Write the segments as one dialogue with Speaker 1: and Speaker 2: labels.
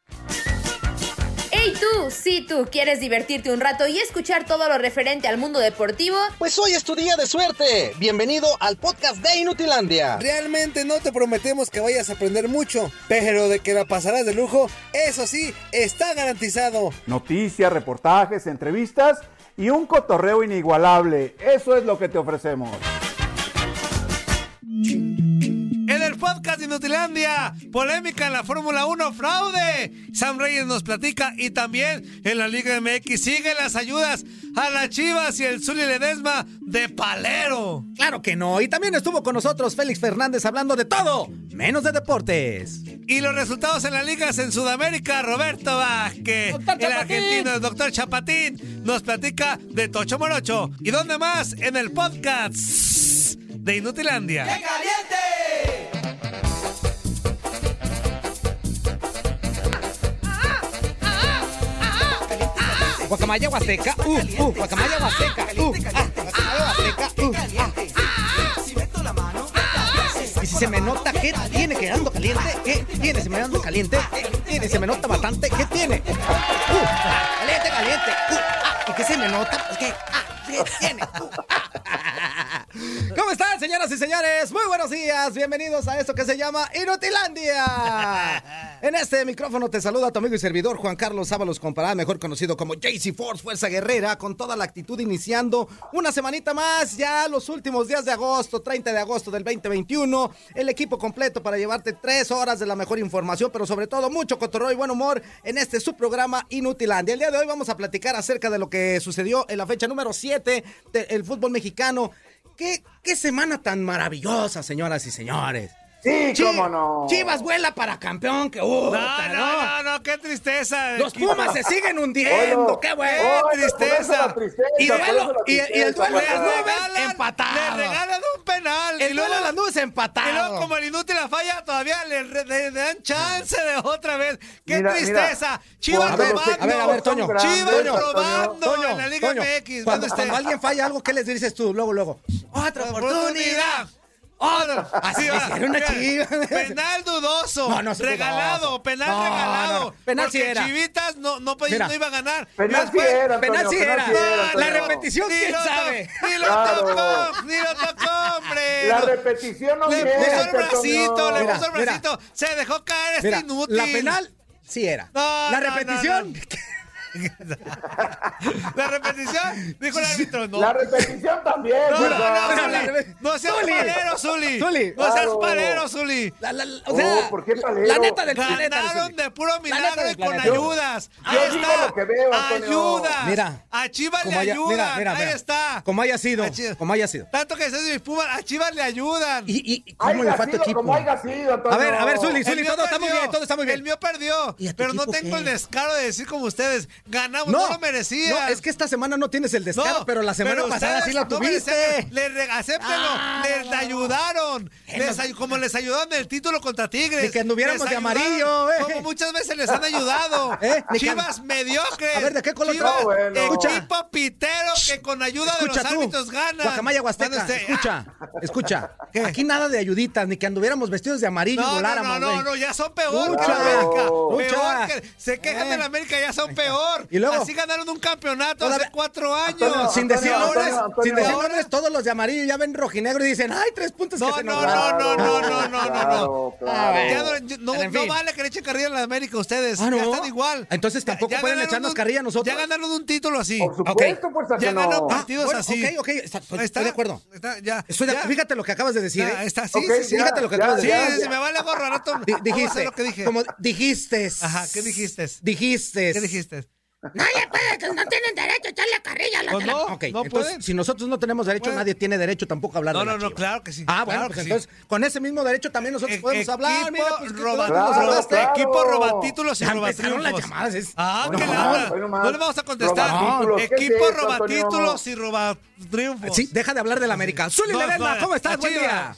Speaker 1: ¡Hey tú! Si tú quieres divertirte un rato y escuchar todo lo referente al mundo deportivo,
Speaker 2: Pues hoy es tu día de suerte. Bienvenido al podcast de Inutilandia.
Speaker 3: Realmente no te prometemos que vayas a aprender mucho, pero de que la pasarás de lujo, eso sí, está garantizado.
Speaker 4: Noticias, reportajes, entrevistas y un cotorreo inigualable. Eso es lo que te ofrecemos.
Speaker 3: En el podcast de Inutilandia, polémica en la Fórmula 1, fraude. Sam Reyes nos platica y también en la Liga MX siguen las ayudas a las Chivas y el Zuli Ledesma de Palero.
Speaker 5: Claro que no. Y también estuvo con nosotros Félix Fernández hablando de todo, menos de deportes.
Speaker 3: Y los resultados en las ligas en Sudamérica, Roberto Vázquez, el argentino, el doctor Chapatín, nos platica de Tocho Morocho. ¿Y dónde más? En el podcast de Inutilandia.
Speaker 5: Guacamaya Huasteca, uh, uh, guacamaya Huasteca, uh, ah, guacamaya Huasteca, uh, ah. Y si se me nota que tiene quedando caliente, ¿qué tiene? Se me anda caliente, ¿qué tiene? Se me nota bastante, ¿qué tiene? Uh, ah, caliente, caliente, uh, ah. ¿Y qué se me nota? Pues, ¿Qué? Ah, ¿qué tiene? Uh, ah. ¿Cómo están, señoras y señores? Muy buenos días, bienvenidos a esto que se llama Inutilandia. En este micrófono te saluda tu amigo y servidor Juan Carlos Ábalos Comparada, mejor conocido como JC Force, Fuerza Guerrera, con toda la actitud iniciando una semanita más, ya los últimos días de agosto, 30 de agosto del 2021, el equipo completo para llevarte tres horas de la mejor información, pero sobre todo mucho cotorreo y buen humor en este su programa Inutilandia. El día de hoy vamos a platicar acerca de lo que sucedió en la fecha número 7 del fútbol mexicano. ¿Qué, qué semana tan maravillosa, señoras y señores.
Speaker 4: Sí,
Speaker 5: Chi-
Speaker 4: cómo no.
Speaker 5: Chivas vuela para campeón, que uh,
Speaker 3: No,
Speaker 5: puta,
Speaker 3: no, no,
Speaker 5: ¿no?
Speaker 3: no, qué tristeza.
Speaker 5: Los
Speaker 3: Qué-
Speaker 5: Pumas se siguen hundiendo,
Speaker 4: Oilo,
Speaker 5: qué
Speaker 3: ¡Qué
Speaker 5: bueno.
Speaker 4: Oilo,
Speaker 3: tristeza!
Speaker 4: por eso la tristeza,
Speaker 5: Y
Speaker 4: por
Speaker 5: duelo,
Speaker 4: eso la
Speaker 5: y- y el
Speaker 4: tristeza,
Speaker 5: duelo de
Speaker 4: Juan
Speaker 3: Le
Speaker 5: las nubes.
Speaker 4: Carlos.
Speaker 3: regalan-
Speaker 5: empatado.
Speaker 3: Le regalan un penal.
Speaker 5: El duelo de las nubes
Speaker 3: Y luego,
Speaker 5: empatado.
Speaker 3: como el inútil la falla, todavía le, re- le dan chance de otra vez. ¡Qué
Speaker 4: Mira,
Speaker 3: tristeza! Chivas
Speaker 5: A ver,
Speaker 3: probando.
Speaker 5: a ver, a ver, Toño.
Speaker 3: Chivas
Speaker 4: Toño,
Speaker 3: probando
Speaker 5: Toño,
Speaker 3: en la Liga
Speaker 5: Toño,
Speaker 3: MX.
Speaker 5: Cuando,
Speaker 3: ¿Dónde está?
Speaker 5: cuando alguien falla algo, ¿qué les dices tú? Luego, luego. Otra oportunidad.
Speaker 3: Otra. Así va.
Speaker 5: Era una chiva.
Speaker 3: Penal dudoso.
Speaker 5: No, no es
Speaker 3: regalado.
Speaker 5: dudoso.
Speaker 3: Penal
Speaker 5: No,
Speaker 3: regalado.
Speaker 5: no, penal
Speaker 3: Porque
Speaker 5: sí era.
Speaker 3: Chivitas no, no, podía-
Speaker 5: Mira.
Speaker 3: no iba a ganar.
Speaker 4: Penal sí era, Antonio,
Speaker 5: penal sí
Speaker 4: penal
Speaker 5: era.
Speaker 4: sí era,
Speaker 5: La
Speaker 4: Antonio.
Speaker 5: repetición,
Speaker 3: Ni
Speaker 5: quién
Speaker 3: lo to-
Speaker 5: sabe.
Speaker 3: Ni lo
Speaker 4: Claro.
Speaker 3: tocó. Ni lo tocó, hombre.
Speaker 4: La
Speaker 3: No-
Speaker 4: repetición no
Speaker 3: Le
Speaker 4: miente,
Speaker 3: puso el
Speaker 4: Toño.
Speaker 3: bracito, le
Speaker 5: Mira,
Speaker 3: puso el
Speaker 5: mira.
Speaker 3: bracito. Se dejó caer este
Speaker 5: Mira,
Speaker 3: inútil.
Speaker 5: la penal sí era.
Speaker 3: No,
Speaker 5: la
Speaker 3: no, no,
Speaker 5: repetición.
Speaker 3: La repetición, dijo el árbitro, no.
Speaker 4: La repetición también.
Speaker 3: no, no,
Speaker 4: Juan
Speaker 3: no,
Speaker 4: Carlos.
Speaker 5: no,
Speaker 3: Zuli,
Speaker 5: la re-
Speaker 3: no seas palero, Zuli.
Speaker 5: Zuli. Zuli.
Speaker 3: No seas
Speaker 4: Claro.
Speaker 3: palero, Zuli.
Speaker 5: La, la- la- o
Speaker 4: Oh,
Speaker 5: sea,
Speaker 4: ¿por qué palero?
Speaker 5: la neta del planeta.
Speaker 3: Ganaron
Speaker 5: Luis.
Speaker 3: de puro
Speaker 5: La neta
Speaker 3: milagro
Speaker 5: del
Speaker 3: y con
Speaker 5: planeta.
Speaker 3: ayudas.
Speaker 4: Yo
Speaker 3: Ahí
Speaker 4: digo
Speaker 3: está.
Speaker 4: lo que veo, Antonio.
Speaker 3: ayudas.
Speaker 5: Mira.
Speaker 3: Ah, A Chivas le
Speaker 5: Como haya-
Speaker 3: ayudan.
Speaker 5: mira, mira,
Speaker 3: Ahí
Speaker 5: mira.
Speaker 3: está.
Speaker 5: Como haya sido.
Speaker 3: A Chivas.
Speaker 5: Como haya sido.
Speaker 3: Tanto que se Pumas, a Chivas le ayudan.
Speaker 5: ¿Y, y- y
Speaker 4: Haiga
Speaker 5: cómo le falta
Speaker 4: sido
Speaker 5: equipo?
Speaker 4: Como haya sido, Antonio.
Speaker 5: A ver, a ver, Zuli,
Speaker 3: El
Speaker 5: Zuli,
Speaker 3: mío
Speaker 5: todo está muy
Speaker 3: perdió.
Speaker 5: bien, todo está muy bien.
Speaker 3: El mío perdió,
Speaker 5: ¿Y a tu
Speaker 3: pero no
Speaker 5: equipo
Speaker 3: tengo
Speaker 5: qué?
Speaker 3: el descaro de decir como ustedes, ganamos, no,
Speaker 5: No,
Speaker 3: lo merecía.
Speaker 5: No, es que esta semana no tienes el descaro, pero la semana pasada
Speaker 3: ustedes
Speaker 5: sí la
Speaker 3: no merecían.
Speaker 5: tuviste.
Speaker 3: le re- acéptenlo,
Speaker 5: Ah,
Speaker 3: les
Speaker 5: no, no, no.
Speaker 3: ayudaron.
Speaker 5: Eh,
Speaker 3: les
Speaker 5: no.
Speaker 3: ay- como les ayudaron en el título contra Tigres.
Speaker 5: Ni que anduviéramos
Speaker 3: les
Speaker 5: de
Speaker 3: ayudaron,
Speaker 5: amarillo, eh.
Speaker 3: Como muchas veces les han ayudado.
Speaker 5: Eh, ni que-
Speaker 3: Chivas mediocre.
Speaker 5: A ver, ¿de qué color
Speaker 3: Chivas,
Speaker 4: trae? Bueno.
Speaker 3: Equipo pitero que con ayuda de los
Speaker 5: Escucha tú,
Speaker 3: árbitros gana.
Speaker 5: Guacamaya Huasteca, escucha, escucha. Aquí nada de ayuditas, ni que anduviéramos vestidos de amarillo y
Speaker 3: No, no,
Speaker 5: voláramos,
Speaker 3: no,
Speaker 5: güey.
Speaker 3: no, no, ya son peor que
Speaker 4: Lucha.
Speaker 3: la América.
Speaker 5: Lucha.
Speaker 3: Peor que, se quejan
Speaker 5: Eh.
Speaker 3: de la América, ya son peor.
Speaker 5: Y luego-
Speaker 3: Así ganaron un campeonato
Speaker 5: Todavía-
Speaker 3: hace cuatro años.
Speaker 4: Antonio,
Speaker 5: sin
Speaker 4: Antonio,
Speaker 5: decir
Speaker 4: Antonio,
Speaker 5: nombres,
Speaker 4: Antonio.
Speaker 5: sin decir
Speaker 3: Ahora-
Speaker 5: nombres, todos los de amarillo ya ven rojinegro y dicen, ay, tres puntos que
Speaker 3: No,
Speaker 5: se
Speaker 3: no,
Speaker 5: nos
Speaker 3: no,
Speaker 5: van".
Speaker 3: no, no, no, no, no, no. Ah,
Speaker 4: Claro, claro.
Speaker 3: Ya no, ya no-
Speaker 5: Pero, en
Speaker 3: no
Speaker 5: fin.
Speaker 3: vale que le echen carrilla a la América ustedes.
Speaker 5: Ah, ¿no?
Speaker 3: Ya están igual.
Speaker 5: Entonces,
Speaker 3: Ya-
Speaker 5: ¿tampoco
Speaker 3: ya
Speaker 5: pueden
Speaker 3: ganaron
Speaker 5: echarnos
Speaker 3: un-
Speaker 5: carrilla a nosotros?
Speaker 3: Ya ganaron un título así.
Speaker 4: Por supuesto,
Speaker 5: Ok.
Speaker 4: fuerza
Speaker 3: Ya
Speaker 4: que
Speaker 3: ganó
Speaker 4: no.
Speaker 5: Ah,
Speaker 3: partidos
Speaker 5: bueno,
Speaker 3: así.
Speaker 5: Ok, ok, está- pues,
Speaker 3: Ahí está.
Speaker 5: estoy de acuerdo.
Speaker 3: Está, ya,
Speaker 5: Estoy de-
Speaker 3: ya.
Speaker 5: Fíjate lo que acabas de decir,
Speaker 3: Ya,
Speaker 5: ¿eh?
Speaker 3: Ah, está, sí,
Speaker 4: Ok,
Speaker 3: sí, sí.
Speaker 4: ya,
Speaker 5: Fíjate lo que
Speaker 4: ya,
Speaker 5: acabas de
Speaker 3: Sí,
Speaker 4: ya,
Speaker 5: decir.
Speaker 3: se me vale al rato.
Speaker 5: Di-
Speaker 3: vamos a
Speaker 5: dijiste,
Speaker 3: hacer lo que dije.
Speaker 5: como dijiste.
Speaker 3: Ajá, ¿qué dijiste?
Speaker 5: Dijiste.
Speaker 3: ¿Qué dijiste?
Speaker 6: No le
Speaker 5: pues,
Speaker 6: pueden, no tienen derecho a echarle carrilla a la
Speaker 3: Pues no,
Speaker 5: Ok,
Speaker 3: no
Speaker 5: entonces,
Speaker 3: pueden.
Speaker 5: si nosotros no tenemos derecho,
Speaker 3: Pueden.
Speaker 5: nadie tiene derecho tampoco a hablar
Speaker 3: No,
Speaker 5: de la
Speaker 3: no, no,
Speaker 5: Chivas.
Speaker 3: claro que sí.
Speaker 5: Ah, bueno,
Speaker 3: claro
Speaker 5: pues
Speaker 3: que sí.
Speaker 5: entonces, con ese mismo derecho también nosotros
Speaker 3: E-
Speaker 5: podemos hablar.
Speaker 3: equipo
Speaker 5: Mira, pues, ¿qué
Speaker 3: roba-
Speaker 5: tal nos
Speaker 4: Claro,
Speaker 5: hablaste?
Speaker 4: claro.
Speaker 3: Equipo robatítulos y
Speaker 5: Ya empezaron las
Speaker 3: robatriunfos.
Speaker 5: llamadas, es-
Speaker 3: Ah,
Speaker 4: No,
Speaker 3: que
Speaker 4: no,
Speaker 3: la
Speaker 4: hoy nomás.
Speaker 3: No le vamos a contestar.
Speaker 4: Robatítulos, ¿qué es
Speaker 3: Equipo
Speaker 4: eso, Antonio?
Speaker 3: robatítulos y robatriunfos.
Speaker 5: Sí, deja de hablar del América. Zuli
Speaker 3: No,
Speaker 5: Ledesma,
Speaker 3: no,
Speaker 5: ¿cómo estás?
Speaker 3: las
Speaker 5: Buen día.
Speaker 3: Chivas.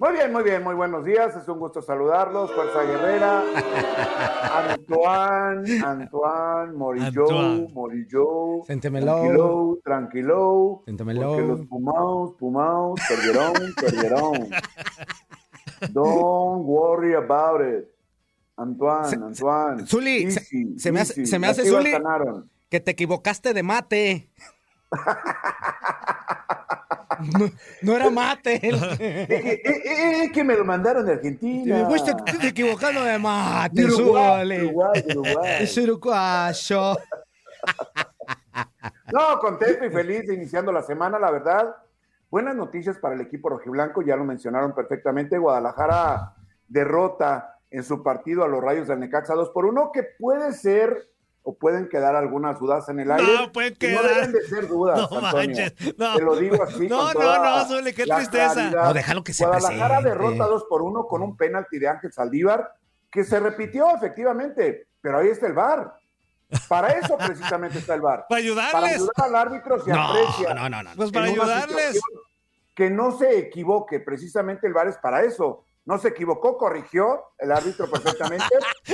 Speaker 4: Muy bien, muy bien, muy buenos días. Es un gusto saludarlos. Fuerza Guerrera, Antoine, Antoine,
Speaker 3: Antoine.
Speaker 4: Morillo, Morillo,
Speaker 5: Séntemelo.
Speaker 4: Tranquilo, tranquilo.
Speaker 5: Séntemelo.
Speaker 4: Porque los Pumaos, Pumaos, perdieron, perdieron. Don't worry about it. Antoine,
Speaker 5: Se-
Speaker 4: Antoine.
Speaker 5: Zuli, se-
Speaker 4: easy,
Speaker 5: se me hace-
Speaker 4: easy.
Speaker 5: se me
Speaker 4: Las
Speaker 5: hace,
Speaker 4: Chivas
Speaker 5: Zuli.
Speaker 4: ganaron.
Speaker 5: Que te equivocaste de mate. No, no era mate.
Speaker 4: Eh, eh, eh, eh, que me lo mandaron de Argentina.
Speaker 5: Me gusta que te estés equivocando de mate,
Speaker 4: Uruguay,
Speaker 5: Zuli.
Speaker 4: Uruguay, Uruguay.
Speaker 5: Es uruguayo.
Speaker 4: No, contento y feliz de iniciando la semana, la verdad. Buenas noticias para el equipo rojiblanco, ya lo mencionaron perfectamente. Guadalajara derrota en su partido a los Rayos del Necaxa 2 por 1, que puede ser o pueden quedar algunas dudas en el aire.
Speaker 3: No, pueden
Speaker 4: y
Speaker 3: quedar.
Speaker 4: No deben de ser dudas,
Speaker 3: No
Speaker 4: Antonio.
Speaker 3: manches, no.
Speaker 4: Te lo digo así.
Speaker 3: No,
Speaker 4: con
Speaker 3: no,
Speaker 4: toda
Speaker 3: no, Zuli, qué
Speaker 4: la
Speaker 3: tristeza.
Speaker 4: claridad.
Speaker 5: No, déjalo que se
Speaker 4: Guadalajara
Speaker 5: presente.
Speaker 4: derrota 2 por 1 con un penalti de Ángel Saldívar, que se repitió efectivamente, pero ahí está el VAR. Para eso precisamente está el VAR.
Speaker 3: Para
Speaker 4: Para
Speaker 3: ayudarles.
Speaker 4: ayudar al árbitro se aprecia.
Speaker 5: No, no, no, no.
Speaker 3: Pues para
Speaker 4: en una
Speaker 3: ayudarles.
Speaker 4: situación Que no se equivoque, precisamente el VAR es para eso. No se equivocó, corrigió el árbitro perfectamente.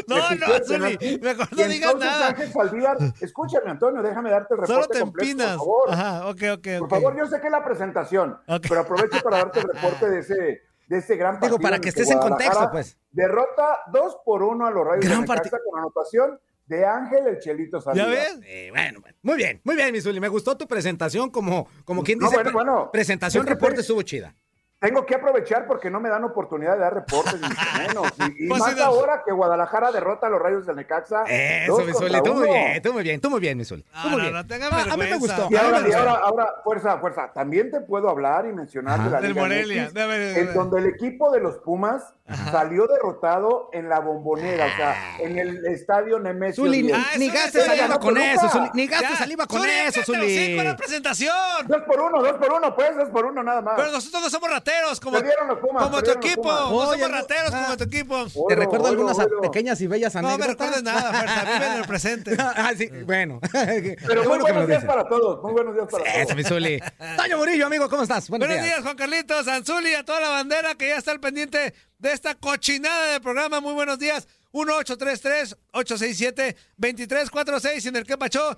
Speaker 3: No,
Speaker 4: repitió
Speaker 3: no,
Speaker 4: el
Speaker 3: Zuli,
Speaker 4: penalti,
Speaker 3: mejor
Speaker 4: y
Speaker 3: no digas
Speaker 4: entonces
Speaker 3: nada.
Speaker 4: Ángel Saldívar, escúchame, Antonio, déjame darte el reporte
Speaker 3: Solo te
Speaker 4: completo,
Speaker 3: empinas.
Speaker 4: por favor.
Speaker 3: Ajá, ok, ok,
Speaker 4: Por
Speaker 3: ok.
Speaker 4: favor, yo sé que es la presentación,
Speaker 3: Ok.
Speaker 4: pero aprovecho para darte el reporte de ese, de ese gran partido.
Speaker 5: Digo, para
Speaker 4: en
Speaker 5: que
Speaker 4: el
Speaker 5: estés en
Speaker 4: Guadalajara
Speaker 5: contexto, pues.
Speaker 4: Derrota 2 por 1 a los Rayos
Speaker 5: Gran
Speaker 4: de Necaxa con anotación de Ángel el Chelito
Speaker 3: ¿Ya
Speaker 4: Saldívar.
Speaker 3: ves?
Speaker 5: Eh, bueno, bueno. muy bien, muy bien, Misuli. Me gustó tu presentación como, como quien
Speaker 4: No,
Speaker 5: dice.
Speaker 4: bueno,
Speaker 5: pre-
Speaker 4: bueno.
Speaker 5: Presentación,
Speaker 4: Es que-
Speaker 5: reporte, estuvo chida.
Speaker 4: Tengo que aprovechar porque no me dan oportunidad de dar reportes, ni mucho menos. Y, y
Speaker 3: Pues, sí,
Speaker 4: más
Speaker 3: no.
Speaker 4: ahora que Guadalajara derrota a los Rayos del Necaxa.
Speaker 5: Eso,
Speaker 4: dos
Speaker 5: Misuli.
Speaker 4: contra
Speaker 5: Tú muy
Speaker 4: uno.
Speaker 5: bien, tú muy bien, tú muy bien, Misuli. Tú
Speaker 3: No,
Speaker 5: muy
Speaker 3: no,
Speaker 5: bien.
Speaker 3: no tenga
Speaker 5: Ah, a mí me
Speaker 3: vergüenza.
Speaker 5: gustó.
Speaker 4: Y
Speaker 5: a mí me
Speaker 4: ahora, y
Speaker 5: gustó. Ah,
Speaker 4: ahora, ahora, fuerza, fuerza. También te puedo hablar y mencionar de la
Speaker 3: Del
Speaker 4: Liga
Speaker 3: Morelia.
Speaker 4: MX,
Speaker 3: A ver, a ver.
Speaker 4: en donde el equipo de los Pumas salió derrotado en la bombonera, o sea, en el estadio Nemesio.
Speaker 5: Ah. Zuli, ni,
Speaker 4: 10.
Speaker 3: Ah,
Speaker 5: ni
Speaker 3: eso no es
Speaker 5: gastes
Speaker 3: de
Speaker 5: saliva
Speaker 4: la
Speaker 5: con
Speaker 4: Toluca.
Speaker 5: eso, Zuli. Ni gastes
Speaker 3: Ya,
Speaker 5: saliva con
Speaker 3: Zuli,
Speaker 5: eso,
Speaker 3: cállate los
Speaker 5: Zuli.
Speaker 3: cinco en la presentación!
Speaker 4: Dos por uno, dos por uno, pues, dos por uno nada más.
Speaker 3: Pero nosotros no somos rateros como,
Speaker 4: Perdieron los Pumas,
Speaker 3: como tu
Speaker 4: perdieron los
Speaker 3: equipo.
Speaker 4: Pumas.
Speaker 3: No
Speaker 5: Oye,
Speaker 3: somos
Speaker 5: no-
Speaker 3: rateros
Speaker 5: ah.
Speaker 3: como tu equipo.
Speaker 5: Te
Speaker 4: Oilo,
Speaker 5: recuerdo
Speaker 4: oilo,
Speaker 5: algunas
Speaker 4: oilo.
Speaker 5: pequeñas y bellas
Speaker 3: No me
Speaker 5: anécdotas.
Speaker 3: recuerdes nada, Fersa. Vive en el presente.
Speaker 5: Ah, sí, bueno.
Speaker 4: Pero
Speaker 5: Qué
Speaker 4: muy
Speaker 5: bueno que me lo
Speaker 4: buenos días
Speaker 5: dices.
Speaker 4: para todos, muy buenos días para todos.
Speaker 5: Eso, Misuli. Toño Murillo, amigo, ¿cómo estás? Buenos,
Speaker 3: Buenos días, Juan Carlitos, Anzuli, a toda la bandera que ya está al pendiente de esta cochinada de programa. Muy buenos días. 1-833-867-2346 en el que pachó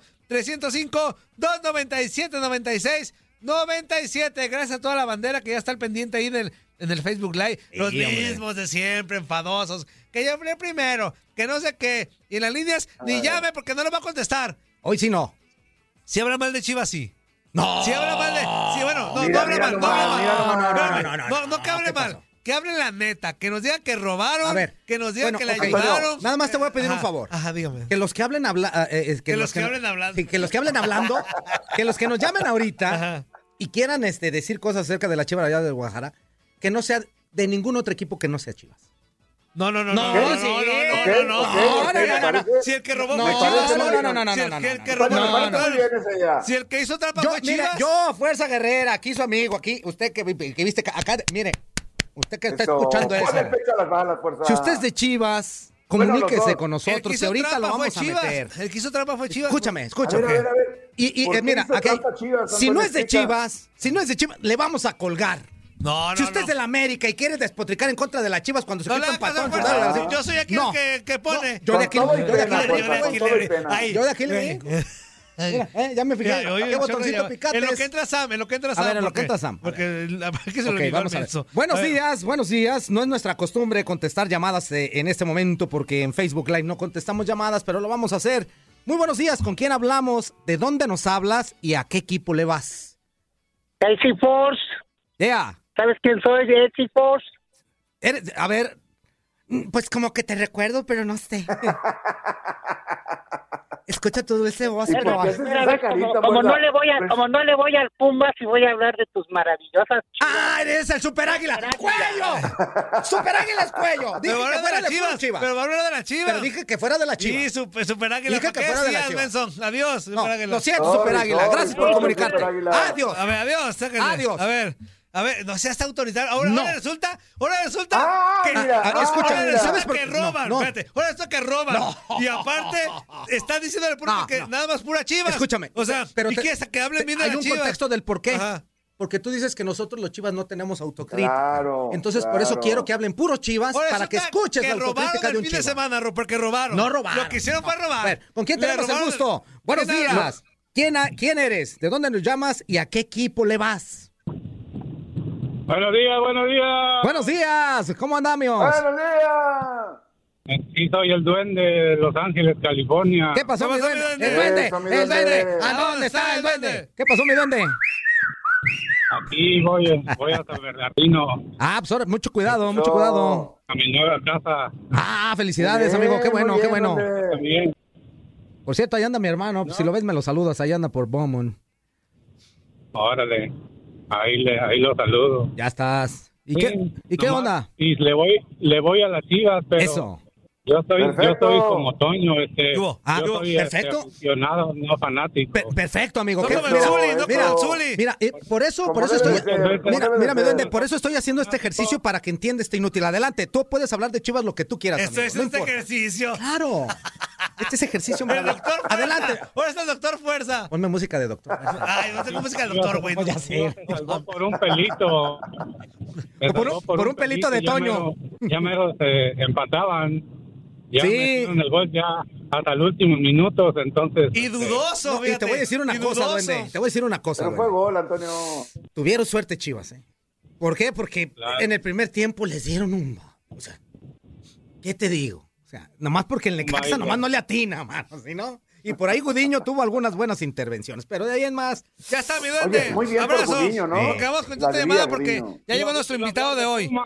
Speaker 3: 305-297-96-97. Gracias a toda la bandera que ya está al pendiente ahí en el, en el Facebook Live. Los
Speaker 5: Sí, hombre.
Speaker 3: mismos de siempre, enfadosos. Que yo hablé primero, que no sé qué. Y en las líneas, ni llame porque no lo va a contestar.
Speaker 5: Ah. Hoy sí no.
Speaker 3: Si habla mal de Chivas, sí.
Speaker 5: No.
Speaker 3: Si habla mal de. Si, bueno, no, no
Speaker 4: Mira,
Speaker 3: hable
Speaker 4: mira
Speaker 3: mal, no
Speaker 4: nomás,
Speaker 3: hable
Speaker 4: mira
Speaker 3: mal.
Speaker 4: nomás.
Speaker 3: Espérame,
Speaker 5: No, no, no,
Speaker 3: No,
Speaker 5: no,
Speaker 3: no que hable
Speaker 5: ¿qué
Speaker 3: mal.
Speaker 5: pasó?
Speaker 3: Que hable la neta. Que nos diga que robaron.
Speaker 5: A ver.
Speaker 3: Que nos diga
Speaker 5: Bueno,
Speaker 3: que la
Speaker 5: ok.
Speaker 3: ayudaron.
Speaker 5: Nada más te voy a pedir un
Speaker 3: Ajá,
Speaker 5: favor.
Speaker 3: Ajá, dígame.
Speaker 5: Que los que hablen habla, ah, eh, es
Speaker 3: Que los que hablen hablando.
Speaker 5: sí, que los que hablen hablando, que los que nos llamen ahorita
Speaker 3: Ajá.
Speaker 5: y quieran este, decir cosas acerca de la Chivas Rayada de Guadalajara, que no sea de ningún otro equipo que no sea Chivas.
Speaker 3: No, no, no,
Speaker 5: No,
Speaker 3: no, no, no,
Speaker 5: sí.
Speaker 3: no, no,
Speaker 4: Ok,
Speaker 3: no,
Speaker 4: ok,
Speaker 3: no,
Speaker 4: ok,
Speaker 3: no, no.
Speaker 4: parece-
Speaker 3: Si el que robó
Speaker 5: No,
Speaker 3: fue Chivas.
Speaker 4: no, no,
Speaker 5: no, no, no,
Speaker 3: Si el-
Speaker 5: no,
Speaker 3: que el
Speaker 5: no,
Speaker 3: que
Speaker 5: no,
Speaker 3: robó
Speaker 4: Bueno,
Speaker 5: no,
Speaker 4: me
Speaker 3: fue
Speaker 4: parece
Speaker 5: no,
Speaker 4: muy bien esa idea.
Speaker 3: Si el que hizo trampa
Speaker 5: Yo,
Speaker 3: fue
Speaker 5: mira,
Speaker 3: Chivas.
Speaker 5: yo, Fuerza Guerrera, aquí su amigo, aquí, usted que, que viste que acá, mire, usted que está
Speaker 4: Eso.
Speaker 5: escuchando eso.
Speaker 4: Ponle pecho a las balas, fuerza.
Speaker 5: Si usted es de Chivas,
Speaker 4: Bueno, los
Speaker 5: comuníquese
Speaker 4: dos.
Speaker 5: con
Speaker 3: El que
Speaker 5: nosotros,
Speaker 3: hizo
Speaker 5: que ahorita lo
Speaker 3: trampa fue
Speaker 5: vamos a
Speaker 3: Chivas.
Speaker 5: meter.
Speaker 3: El que hizo trampa fue Chivas.
Speaker 5: Escúchame,
Speaker 4: A ver,
Speaker 5: escúchame.
Speaker 4: a ver, a ver.
Speaker 5: Y, y,
Speaker 4: ¿Por
Speaker 5: eh,
Speaker 4: qué
Speaker 5: mira,
Speaker 4: hizo
Speaker 5: aquí hay-
Speaker 4: trampa Chivas,
Speaker 5: si no
Speaker 4: Antonio
Speaker 5: es de
Speaker 4: Checa?
Speaker 5: Chivas, si no es de Chivas, le vamos a colgar.
Speaker 3: No, no,
Speaker 5: si usted
Speaker 3: no.
Speaker 5: es de la América y quiere despotricar en contra de las Chivas cuando se
Speaker 3: No le
Speaker 5: quitan
Speaker 3: hagas
Speaker 5: patón,
Speaker 3: fuerza.
Speaker 5: ¿verdad?
Speaker 4: sí,
Speaker 3: Yo soy aquí
Speaker 5: No.
Speaker 3: el que, que pone.
Speaker 5: yo de aquí,
Speaker 4: Con todo y
Speaker 5: yo de aquí
Speaker 4: pena,
Speaker 5: le
Speaker 4: fuerza,
Speaker 5: brinco.
Speaker 4: con todo y pena.
Speaker 3: Ay.
Speaker 5: Yo de aquí le brinco. Mira, eh, ya me fijé.
Speaker 3: Mira, oye,
Speaker 5: Qué botoncito
Speaker 3: chorro, ya-
Speaker 5: picante
Speaker 3: En lo
Speaker 5: es.
Speaker 3: que entra Sam, en lo que entra Sam.
Speaker 5: ver, en lo que
Speaker 3: porque-
Speaker 5: entra Sam. A
Speaker 3: Porque la verdad es que se lo
Speaker 5: Ok,
Speaker 3: olvidó
Speaker 5: vamos
Speaker 3: al
Speaker 5: a ver.
Speaker 3: menso.
Speaker 5: Buenos
Speaker 3: A ver,
Speaker 5: días, buenos días. No es nuestra costumbre contestar llamadas eh, en este momento porque en Facebook Live no contestamos llamadas, pero lo vamos a hacer. Muy buenos días, ¿con quién hablamos? ¿De dónde nos hablas y a qué equipo le vas?
Speaker 7: Elsie Force,
Speaker 5: Ya,
Speaker 7: ¿sabes quién soy? Elsie Force.
Speaker 5: eres- a ver, mm, pues como que te recuerdo, pero no sé. Escucha tu dulce voz,
Speaker 4: ¿Y por
Speaker 5: Juan.
Speaker 4: qué haces
Speaker 7: Mira,
Speaker 4: esa
Speaker 7: ves,
Speaker 4: carita,
Speaker 7: como, como
Speaker 4: Borja?
Speaker 7: no le voy a,
Speaker 4: Pues,
Speaker 7: como no le voy al Pumas y voy a hablar de tus maravillosas chivas.
Speaker 5: ¡Ah, eres el super águila!
Speaker 7: Super
Speaker 5: ¡Cuello! ¡Super águila es cuello! Dije
Speaker 3: Pero
Speaker 5: que
Speaker 3: hablar de las
Speaker 5: fuera de pura
Speaker 3: chivas.
Speaker 5: chiva.
Speaker 3: Pero hablar de las chivas.
Speaker 5: Pero dije que fuera de la chiva.
Speaker 3: Sí, super, super águila.
Speaker 5: Dije
Speaker 3: ¿Para
Speaker 5: que
Speaker 3: qué
Speaker 5: fuera de la
Speaker 3: sigas,
Speaker 5: chiva.
Speaker 3: Benson? Adiós,
Speaker 5: No,
Speaker 3: super águila.
Speaker 5: lo siento,
Speaker 4: Sorry,
Speaker 5: super águila.
Speaker 4: sorry,
Speaker 5: Gracias por
Speaker 4: sorry,
Speaker 5: comunicarte.
Speaker 4: Super Águila.
Speaker 5: ¡Adiós!
Speaker 3: A ver, adiós, sáquenle.
Speaker 5: Adiós.
Speaker 3: A ver, a ver, no seas autoritario. Ahora,
Speaker 5: No.
Speaker 3: ahora resulta, ahora resulta
Speaker 4: Ah,
Speaker 3: que,
Speaker 4: mira,
Speaker 3: ahora
Speaker 4: ah,
Speaker 3: resulta
Speaker 4: mira.
Speaker 5: ¿Sabes por
Speaker 3: que
Speaker 5: qué?
Speaker 3: roban,
Speaker 5: No, no.
Speaker 3: espérate. Ahora resulta que roban.
Speaker 5: No.
Speaker 3: Y aparte, está diciendo el público
Speaker 5: No,
Speaker 3: que
Speaker 5: no.
Speaker 3: nada más pura chivas.
Speaker 5: Escúchame.
Speaker 3: O sea,
Speaker 5: pero
Speaker 3: ¿y
Speaker 5: te-
Speaker 3: qué es? que hablen
Speaker 5: te-
Speaker 3: bien de
Speaker 5: Hay
Speaker 3: las
Speaker 5: un
Speaker 3: chivas.
Speaker 5: contexto del por qué.
Speaker 3: Ajá.
Speaker 5: Porque tú dices que nosotros los chivas no tenemos autocrítica.
Speaker 4: Claro,
Speaker 5: Entonces, por eso
Speaker 4: claro.
Speaker 5: quiero que hablen puros chivas
Speaker 3: Ahora
Speaker 5: para que
Speaker 3: resulta
Speaker 5: escuches
Speaker 3: que
Speaker 5: la
Speaker 3: robaron
Speaker 5: autocrítica
Speaker 3: el
Speaker 5: de un
Speaker 3: fin de
Speaker 5: chiva.
Speaker 3: semana, Ro, porque robaron.
Speaker 5: No robaron.
Speaker 3: Lo que hicieron fue
Speaker 5: A
Speaker 3: robar.
Speaker 5: ver, ¿con quién
Speaker 3: Le
Speaker 5: tenemos el
Speaker 3: robaron-
Speaker 5: gusto? Buenos
Speaker 3: ¿Quién
Speaker 5: días.
Speaker 3: era?
Speaker 5: ¿Quién, a- ¿Quién eres? ¿De dónde nos llamas? ¿Y a qué equipo le vas?
Speaker 8: Buenos días, buenos días.
Speaker 5: Buenos días. ¿Cómo andamos?
Speaker 4: ¡Buenos días!
Speaker 8: Aquí soy el duende de Los Ángeles, California.
Speaker 5: ¿Qué pasó,
Speaker 3: ¿Cómo
Speaker 5: mi
Speaker 3: está mi
Speaker 5: duende? El
Speaker 3: duende?
Speaker 8: Eh,
Speaker 5: duende,
Speaker 4: Eso, mi
Speaker 5: el
Speaker 4: duende.
Speaker 5: duende. ¿A dónde está el duende?
Speaker 3: duende?
Speaker 5: ¿Qué pasó, mi duende?
Speaker 8: Aquí voy, voy a San Bernardino,
Speaker 5: Ah, pues ahora, mucho cuidado, mucho
Speaker 4: Eso.
Speaker 5: cuidado.
Speaker 8: a mi nueva casa.
Speaker 5: Ah, felicidades,
Speaker 4: Muy bien,
Speaker 5: amigo. Qué
Speaker 4: muy
Speaker 5: bueno,
Speaker 4: bien,
Speaker 5: qué bueno.
Speaker 4: hombre.
Speaker 8: También.
Speaker 5: Por cierto, ahí anda mi hermano. pues, Si lo ves, me lo saludas. Ahí anda por Beaumont.
Speaker 8: Órale, ahí, le, ahí lo saludo.
Speaker 5: Ya estás. ¿Y qué,
Speaker 8: Sí,
Speaker 5: ¿y qué
Speaker 8: nomás-
Speaker 5: onda?
Speaker 8: Y le voy, le voy a las chivas, pero
Speaker 5: Eso.
Speaker 8: yo soy, yo
Speaker 4: Perfecto.
Speaker 8: soy como Toño, este,
Speaker 3: ¿Qué hubo?
Speaker 5: Ah,
Speaker 8: yo
Speaker 5: ¿qué hubo?
Speaker 8: soy
Speaker 5: Perfecto.
Speaker 8: Este, aficionado, no fanático.
Speaker 5: Pe- perfecto, amigo.
Speaker 3: No
Speaker 5: Qué-
Speaker 3: como el
Speaker 5: mira,
Speaker 3: Zuli, no
Speaker 5: mira,
Speaker 3: como el Zuli.
Speaker 5: mira, eh, por eso,
Speaker 4: Como
Speaker 5: por eso
Speaker 4: debe
Speaker 5: estoy.
Speaker 4: de ser, como
Speaker 5: Mira,
Speaker 4: debe de
Speaker 5: mira, mi
Speaker 4: ser.
Speaker 5: duende, por eso estoy haciendo este ejercicio para que entienda este inútil. Adelante, tú puedes hablar de Chivas lo que tú quieras.
Speaker 3: Esto
Speaker 5: amigo,
Speaker 3: es
Speaker 5: no
Speaker 3: un
Speaker 5: importa.
Speaker 3: ejercicio.
Speaker 5: Claro. Este es ejercicio
Speaker 3: El
Speaker 5: maravilloso.
Speaker 3: doctor Fuerza.
Speaker 5: Adelante.
Speaker 3: Ahora está el doctor Fuerza.
Speaker 5: Ponme música de doctor.
Speaker 3: Ay, no tengo música del doctor, güey.
Speaker 5: No, ya
Speaker 8: Se
Speaker 5: sé.
Speaker 8: salvó por un pelito. Se
Speaker 5: O por un-
Speaker 8: salvó
Speaker 5: por un pelito de
Speaker 8: ya
Speaker 5: Toño.
Speaker 8: mero- Ya mero se empataban. Ya
Speaker 5: Sí.
Speaker 8: metieron el gol ya hasta el último minuto, entonces. eh,
Speaker 3: Y dudoso,
Speaker 5: No, y te
Speaker 3: fíjate.
Speaker 5: voy a decir
Speaker 3: Y
Speaker 5: una cosa,
Speaker 3: dudoso.
Speaker 5: duende. Te voy a decir una cosa,
Speaker 4: Pero fue
Speaker 5: duende.
Speaker 4: gol, Antonio.
Speaker 5: Tuvieron suerte Chivas, ¿eh? ¿Por qué? Porque
Speaker 8: Claro.
Speaker 5: en el primer tiempo les dieron un... O sea, ¿qué te digo? O sea, nomás porque el Necaxa
Speaker 8: baile.
Speaker 5: nomás no le atina, mano, ¿sí no? Y por ahí Gudiño tuvo algunas buenas intervenciones, pero de ahí en más...
Speaker 3: Ya está, mi duende.
Speaker 4: Oye, muy bien por
Speaker 3: Abrazos.
Speaker 4: Gudiño, ¿no?
Speaker 3: Porque vamos con
Speaker 4: La
Speaker 3: esta
Speaker 4: alegría,
Speaker 3: llamada porque
Speaker 4: Gudiño.
Speaker 3: ya llegó nuestro invitado de hoy.
Speaker 8: Pumas,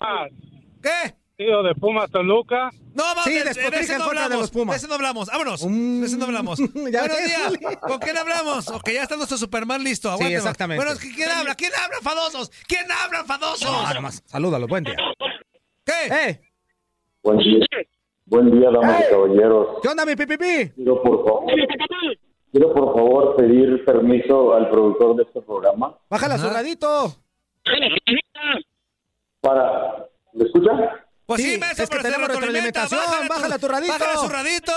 Speaker 3: ¿Qué?
Speaker 8: Tío de Pumas Toluca.
Speaker 3: No, vamos,
Speaker 5: Sí,
Speaker 3: de, de- de
Speaker 5: despotrica
Speaker 3: ese
Speaker 5: en
Speaker 3: no
Speaker 5: contra de
Speaker 3: hablamos. De,
Speaker 5: los Pumas.
Speaker 3: ese no hablamos. Vámonos.
Speaker 5: Mm.
Speaker 3: de ese no hablamos.
Speaker 5: Ya
Speaker 3: Buenos
Speaker 5: ves,
Speaker 3: días.
Speaker 5: Zuli.
Speaker 3: ¿Con quién hablamos? Ok, ya está nuestro Superman listo. Aguántenos.
Speaker 5: exactamente.
Speaker 3: Bueno, ¿quién habla? ¿Quién habla, fadosos? ¿Quién habla,
Speaker 5: Ah,
Speaker 3: fadosos?
Speaker 5: nomás, salúdalo, buen día.
Speaker 3: ¿Qué?
Speaker 5: ¡Eh!
Speaker 9: Buen día, buen día damas y caballeros.
Speaker 5: ¿Qué onda, mi pipipi?
Speaker 9: Quiero por, favor, quiero por favor pedir permiso al productor de este programa
Speaker 5: Bájala
Speaker 3: Ajá.
Speaker 5: su radito.
Speaker 9: para... ¿Me escucha?
Speaker 3: Pues
Speaker 5: Sí,
Speaker 3: sí, maestro,
Speaker 5: es que
Speaker 3: pero se
Speaker 5: tenemos
Speaker 3: retroalimenta.
Speaker 5: retroalimentación. Bájale a tu radito.
Speaker 3: Bájale a su radito.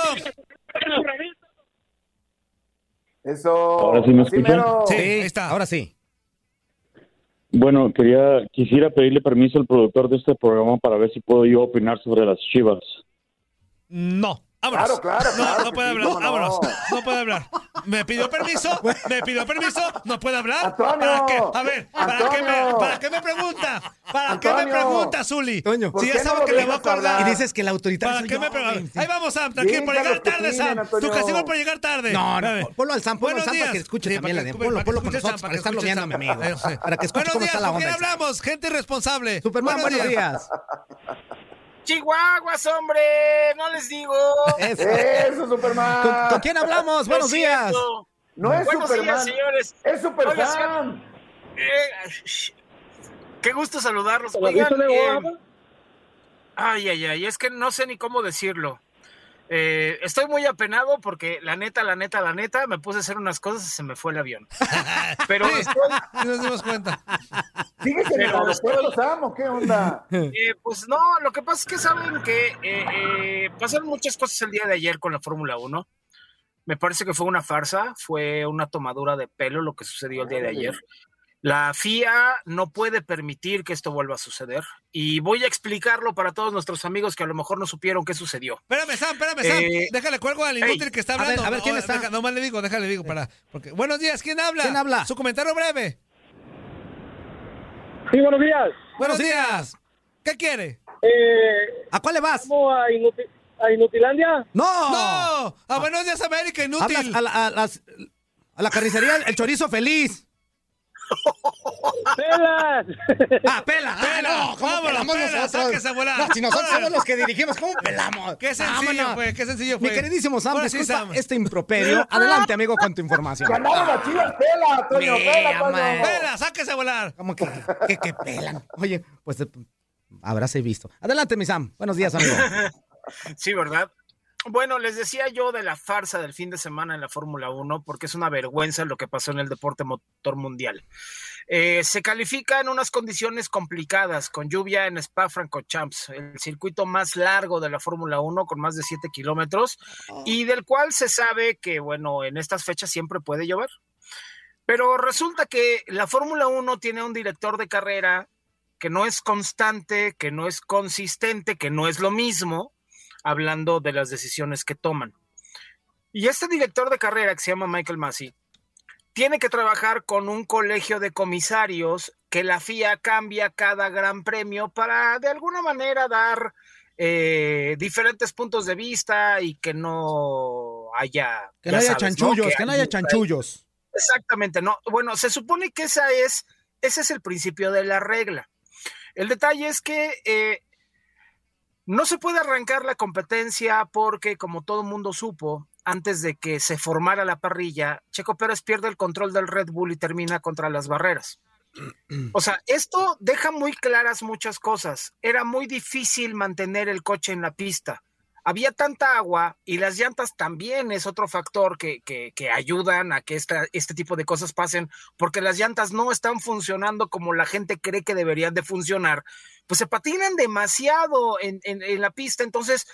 Speaker 4: Eso.
Speaker 9: Ahora sí me
Speaker 4: Así
Speaker 9: escuchan.
Speaker 4: mero.
Speaker 3: Sí, ahí está.
Speaker 5: Ahora sí.
Speaker 9: Bueno, quería quisiera pedirle permiso al productor de este programa para ver si puedo yo opinar sobre las chivas.
Speaker 3: No. Vámonos.
Speaker 4: Claro, claro,
Speaker 3: No,
Speaker 4: claro
Speaker 3: no
Speaker 4: que
Speaker 3: puede
Speaker 4: sí,
Speaker 3: hablar.
Speaker 4: cómo no.
Speaker 3: Vámonos. No puede hablar. Me pidió permiso. Me pidió permiso. No puede hablar.
Speaker 4: Antonio.
Speaker 3: ¿Para qué? A ver, ¿para qué, me,
Speaker 4: Antonio.
Speaker 3: ¿para qué me pregunta? ¿Para qué me
Speaker 4: Antonio.
Speaker 3: pregunta, Zuli?
Speaker 5: Toño.
Speaker 4: ¿Por
Speaker 3: Si ya
Speaker 4: qué
Speaker 3: sabe
Speaker 4: no
Speaker 3: que le voy
Speaker 4: dejas
Speaker 3: a colgar.
Speaker 4: hablar?
Speaker 5: Y dices que la autoridad
Speaker 3: ¿Para
Speaker 5: soy
Speaker 3: qué
Speaker 5: yo,
Speaker 3: me pregunta?
Speaker 5: güey.
Speaker 3: Ahí vamos, Sam. Tranquilo,
Speaker 4: Deja
Speaker 3: por
Speaker 4: los
Speaker 3: llegar
Speaker 4: que
Speaker 3: tarde,
Speaker 4: opinen,
Speaker 3: Sam. Tu
Speaker 4: Antonio.
Speaker 3: castigo es por llegar tarde.
Speaker 5: No,
Speaker 3: A
Speaker 5: no,
Speaker 3: ver.
Speaker 5: pon- ponlo al Sam, ponlo
Speaker 3: Buenos
Speaker 5: al Sam para
Speaker 3: días.
Speaker 5: que escuche
Speaker 3: Sí,
Speaker 5: también
Speaker 3: para
Speaker 5: la
Speaker 3: que
Speaker 5: de
Speaker 3: escuche,
Speaker 5: Ponlo,
Speaker 3: para que
Speaker 5: ponlo con
Speaker 3: escuche,
Speaker 5: nosotros
Speaker 3: Sam,
Speaker 5: para estar
Speaker 3: escuche,
Speaker 5: lomeando a mi
Speaker 3: Sam.
Speaker 5: amigo.
Speaker 3: Eh, sí.
Speaker 5: Para que escuche
Speaker 3: Buenos
Speaker 5: cómo está
Speaker 3: días,
Speaker 5: la
Speaker 3: ¿con quién
Speaker 5: onda.
Speaker 3: hablamos? Gente irresponsable.
Speaker 5: Superman, buenos días.
Speaker 6: Chihuahuas, hombre, no les digo.
Speaker 5: Eso.
Speaker 4: Eso,
Speaker 5: ¿Con,
Speaker 4: Superman.
Speaker 5: con quién hablamos?
Speaker 6: Lo
Speaker 5: Buenos días.
Speaker 6: siento.
Speaker 4: No es
Speaker 6: Buenos
Speaker 4: Superman.
Speaker 6: días, señores.
Speaker 4: Es
Speaker 6: Oiga,
Speaker 4: Superman.
Speaker 6: Eh, qué gusto saludarlos. Oigan, eh, ay, ay, ay, es que no sé ni cómo decirlo. Eh, estoy muy apenado porque la neta, la neta, la neta, me puse a hacer unas cosas y se me fue el avión. Pero estoy,
Speaker 3: Sí, Nos dimos cuenta.
Speaker 4: ¿Sigues en el
Speaker 6: Pero
Speaker 4: aeropuerto, Sam, o qué onda?
Speaker 6: Eh, pues no, lo que pasa es que saben que eh, eh, pasaron muchas cosas el día de ayer con la Fórmula 1. Me parece que fue una farsa, fue una tomadura de pelo lo que sucedió el día de ayer. La FIA no puede permitir que esto vuelva a suceder y voy a explicarlo para todos nuestros amigos que a lo mejor no supieron qué sucedió.
Speaker 3: Espérame, Sam, espérame, Sam.
Speaker 6: Eh,
Speaker 3: déjale cuelgo al inútil
Speaker 6: ey.
Speaker 3: que está
Speaker 5: A ver,
Speaker 3: hablando.
Speaker 5: a ver, ¿quién
Speaker 3: No,
Speaker 5: está?
Speaker 3: deja- nomás le digo, déjale, le digo para. Porque... Buenos días, ¿quién habla?
Speaker 5: ¿Quién habla?
Speaker 3: Su comentario breve.
Speaker 8: Sí, buenos días.
Speaker 3: Buenos días. ¿Qué quiere?
Speaker 8: Eh,
Speaker 5: ¿A cuál le vas?
Speaker 8: a, Inutilandia?
Speaker 5: No. Ah.
Speaker 3: ¡No! ¡A buenos días, América, inútil!
Speaker 5: Hablas a la, a las- a la carnicería El Chorizo Feliz.
Speaker 7: ¡Pelas!
Speaker 5: ¡Ah, pela! ¡Ah,
Speaker 3: Pela,
Speaker 5: no! ¿Cómo
Speaker 3: vámonos,
Speaker 5: pelamos
Speaker 3: pela,
Speaker 5: nosotros?
Speaker 3: sáquese a volar.
Speaker 5: No, si nosotros
Speaker 3: Órale.
Speaker 5: somos los que dirigimos, ¿cómo pelamos?
Speaker 3: Qué sencillo
Speaker 5: Vámonos.
Speaker 3: fue, qué sencillo
Speaker 5: Mi
Speaker 3: fue.
Speaker 5: queridísimo Sam,
Speaker 3: Ahora sí,
Speaker 5: disculpa
Speaker 3: Sam.
Speaker 5: este improperio. Adelante, amigo, con tu información.
Speaker 4: Ganaron las chivas, pela, Toño,
Speaker 5: Mira,
Speaker 4: pela, Toño.
Speaker 5: man.
Speaker 3: Pela, sáquese a volar.
Speaker 5: ¿Cómo que, que, que pelan? Oye, pues eh, habráse visto. Adelante, mi Sam. Buenos días, amigo.
Speaker 6: Sí, ¿verdad? Bueno, les decía yo de la farsa del fin de semana en la Fórmula 1, porque es una vergüenza lo que pasó en el deporte motor mundial. Eh, se califica en unas condiciones complicadas, con lluvia en Spa Francorchamps, el circuito más largo de la Fórmula 1, con más de 7 kilómetros, y del cual se sabe que, bueno, en estas fechas siempre puede llover. Pero resulta que la Fórmula 1 tiene un director de carrera que no es constante, que no es consistente, que no es lo mismo, hablando de las decisiones que toman. Y este director de carrera que se llama Michael Massey tiene que trabajar con un colegio de comisarios que la FIA cambia cada gran premio para de alguna manera dar eh, diferentes puntos de vista y que no haya...
Speaker 5: Que
Speaker 6: ya
Speaker 5: no haya
Speaker 6: sabes, ¿no?
Speaker 5: chanchullos, que no haya
Speaker 6: hay-
Speaker 5: chanchullos.
Speaker 6: Exactamente, no. Bueno, se supone que esa es, ese es el principio de la regla. El detalle es que eh, no se puede arrancar la competencia porque, como todo mundo supo, antes de que se formara la parrilla, Checo Pérez pierde el control del Red Bull y termina contra las barreras. O sea, esto deja muy claras muchas cosas. Era muy difícil mantener el coche en la pista había tanta agua y las llantas también es otro factor que, que- que ayudan a que esta- este tipo de cosas pasen, porque las llantas no están funcionando como la gente cree que deberían de funcionar, pues se patinan demasiado en, en- en la pista, entonces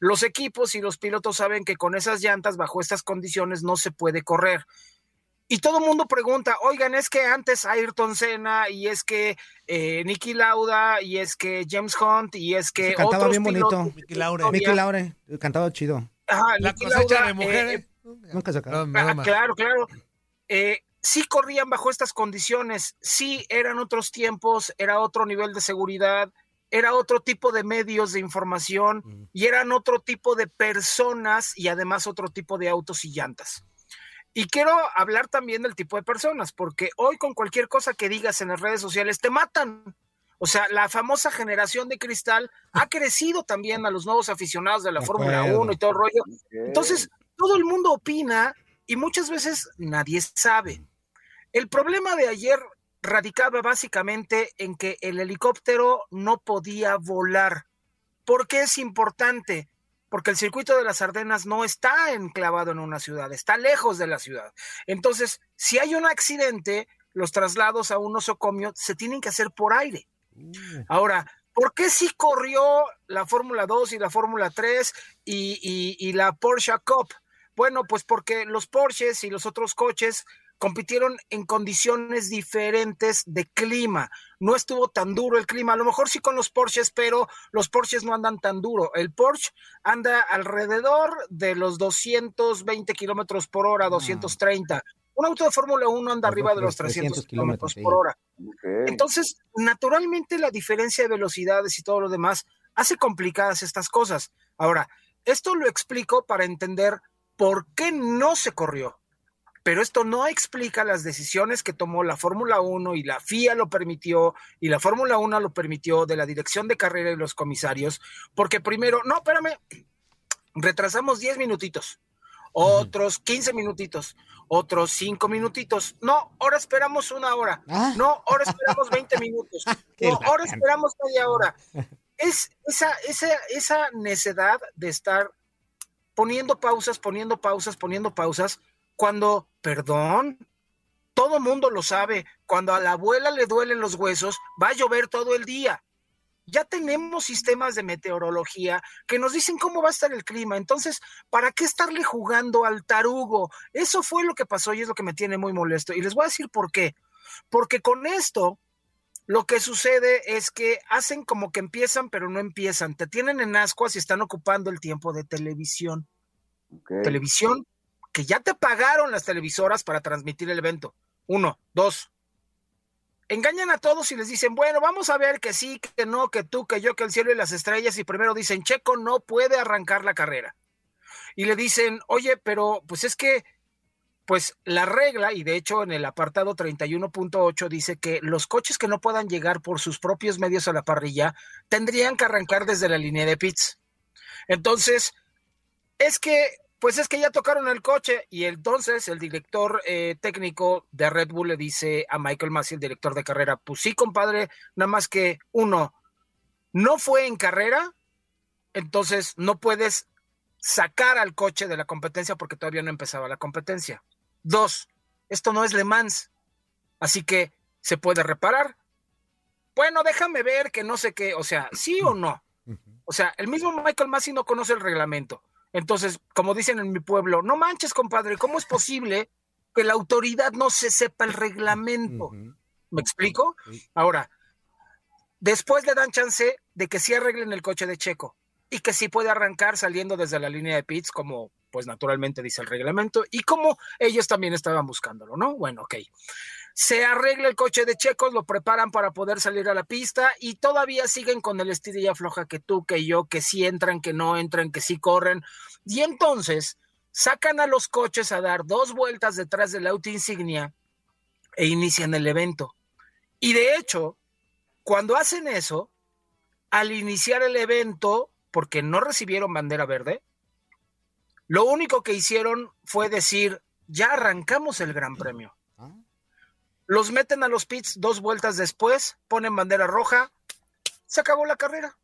Speaker 6: los equipos y los pilotos saben que con esas llantas bajo estas condiciones no se puede correr. Y todo el mundo pregunta, oigan, es que antes Ayrton Senna y es que eh, Nicky Lauda y es que James Hunt y es que...
Speaker 5: Se cantaba
Speaker 6: otros
Speaker 5: bien bonito.
Speaker 6: pilotos-
Speaker 3: Mickey Laure.
Speaker 6: Todavía-
Speaker 5: Mickey Laure, cantado chido.
Speaker 6: Ajá,
Speaker 3: La
Speaker 6: Niki
Speaker 3: cosecha
Speaker 6: Lauda,
Speaker 3: de
Speaker 6: eh,
Speaker 3: mujeres.
Speaker 6: eh,
Speaker 5: Nunca se acaba.
Speaker 3: No, nada
Speaker 6: ah,
Speaker 3: más.
Speaker 6: claro, claro. Eh, sí corrían bajo estas condiciones, sí eran otros tiempos, era otro nivel de seguridad, era otro tipo de medios de información y eran otro tipo de personas y además otro tipo de autos y llantas. Y quiero hablar también del tipo de personas, porque hoy con cualquier cosa que digas en las redes sociales te matan. O sea, la famosa generación de cristal ha crecido también a los nuevos aficionados de la
Speaker 5: De
Speaker 6: Fórmula
Speaker 5: acuerdo.
Speaker 6: 1 y todo el rollo. Entonces, todo el mundo opina y muchas veces nadie sabe. El problema de ayer radicaba básicamente en que el helicóptero no podía volar. ¿Por qué es importante? Porque el circuito de las Ardenas no está enclavado en una ciudad, está lejos de la ciudad. Entonces, si hay un accidente, los traslados a un nosocomio se tienen que hacer por aire.
Speaker 5: Mm,
Speaker 6: Ahora, ¿por qué si corrió la Fórmula 2 y la Fórmula 3 y, y- y la Porsche Cup? Bueno, pues porque los Porsches y los otros coches compitieron en condiciones diferentes de clima. No estuvo tan duro el clima, a lo mejor sí con los Porsches, pero los Porsches no andan tan duro. El Porsche anda alrededor de los 220 kilómetros por
Speaker 5: Ah.
Speaker 6: hora, 230. Un auto de Fórmula 1 anda
Speaker 5: Los
Speaker 6: arriba de los
Speaker 5: 300
Speaker 6: 300 kilómetros
Speaker 5: Pues kilómetros,
Speaker 6: por
Speaker 5: sí.
Speaker 6: hora.
Speaker 4: Ok.
Speaker 6: Entonces, naturalmente la diferencia de velocidades y todo lo demás hace complicadas estas cosas. Ahora, esto lo explico para entender por qué no se corrió. Pero esto no explica las decisiones que tomó la Fórmula 1 y la FIA lo permitió y la Fórmula 1 lo permitió de la dirección de carrera y los comisarios, porque primero, no, espérame, retrasamos 10 minutitos, otros 15 minutitos, otros 5 minutitos, no, ahora esperamos una hora,
Speaker 5: Ah.
Speaker 6: no, ahora esperamos 20 minutos,
Speaker 5: Qué
Speaker 6: no, ahora
Speaker 5: bacán.
Speaker 6: esperamos media hora. Es esa, esa, esa necedad de estar poniendo pausas, poniendo pausas, poniendo pausas, cuando, perdón, todo mundo lo sabe, cuando a la abuela le duelen los huesos, va a llover todo el día. Ya tenemos sistemas de meteorología que nos dicen cómo va a estar el clima. Entonces, ¿para qué estarle jugando al tarugo? Eso fue lo que pasó y es lo que me tiene muy molesto. Y les voy a decir por qué. Porque con esto, lo que sucede es que hacen como que empiezan, pero no empiezan. Te tienen en ascuas y están ocupando el tiempo de televisión
Speaker 4: Ok.
Speaker 6: televisión que ya te pagaron las televisoras para transmitir el evento. Uno, dos. Engañan a todos y les dicen, bueno, vamos a ver que sí, que no, que tú, que yo, que el cielo y las estrellas. Y primero dicen, Checo no puede arrancar la carrera. Y le dicen, oye, pero pues es que pues la regla, y de hecho en el apartado 31.8 dice que los coches que no puedan llegar por sus propios medios a la parrilla tendrían que arrancar desde la línea de pits. Entonces, es que, pues es que ya tocaron el coche y entonces el director eh, técnico de Red Bull le dice a Michael Massey, el director de carrera, pues sí, compadre, nada más que uno, no fue en carrera, entonces no puedes sacar al coche de la competencia porque todavía no empezaba la competencia. Dos, esto no es Le Mans, así que se puede reparar. Bueno, déjame ver que no sé qué, o sea, sí o no. O sea, el mismo Michael Massey no conoce el reglamento. Entonces, como dicen en mi pueblo, no manches, compadre, ¿cómo es posible que la autoridad no se sepa el reglamento? ¿Me explico? Ahora, después le dan chance de que sí arreglen el coche de Checo y que sí puede arrancar saliendo desde la línea de pits, como pues naturalmente dice el reglamento, y como ellos también estaban buscándolo, ¿no? Bueno, ok. Se arregla el coche de Checos, lo preparan para poder salir a la pista y todavía siguen con el estirilla floja que tú, que yo, que sí entran, que no entran, que sí corren. Y entonces sacan a los coches a dar dos vueltas detrás del auto insignia e inician el evento. Y de hecho, cuando hacen eso, al iniciar el evento, porque no recibieron bandera verde, lo único que hicieron fue decir, ya arrancamos el Gran Premio. Los meten a los pits dos vueltas después, ponen bandera roja, se acabó la carrera.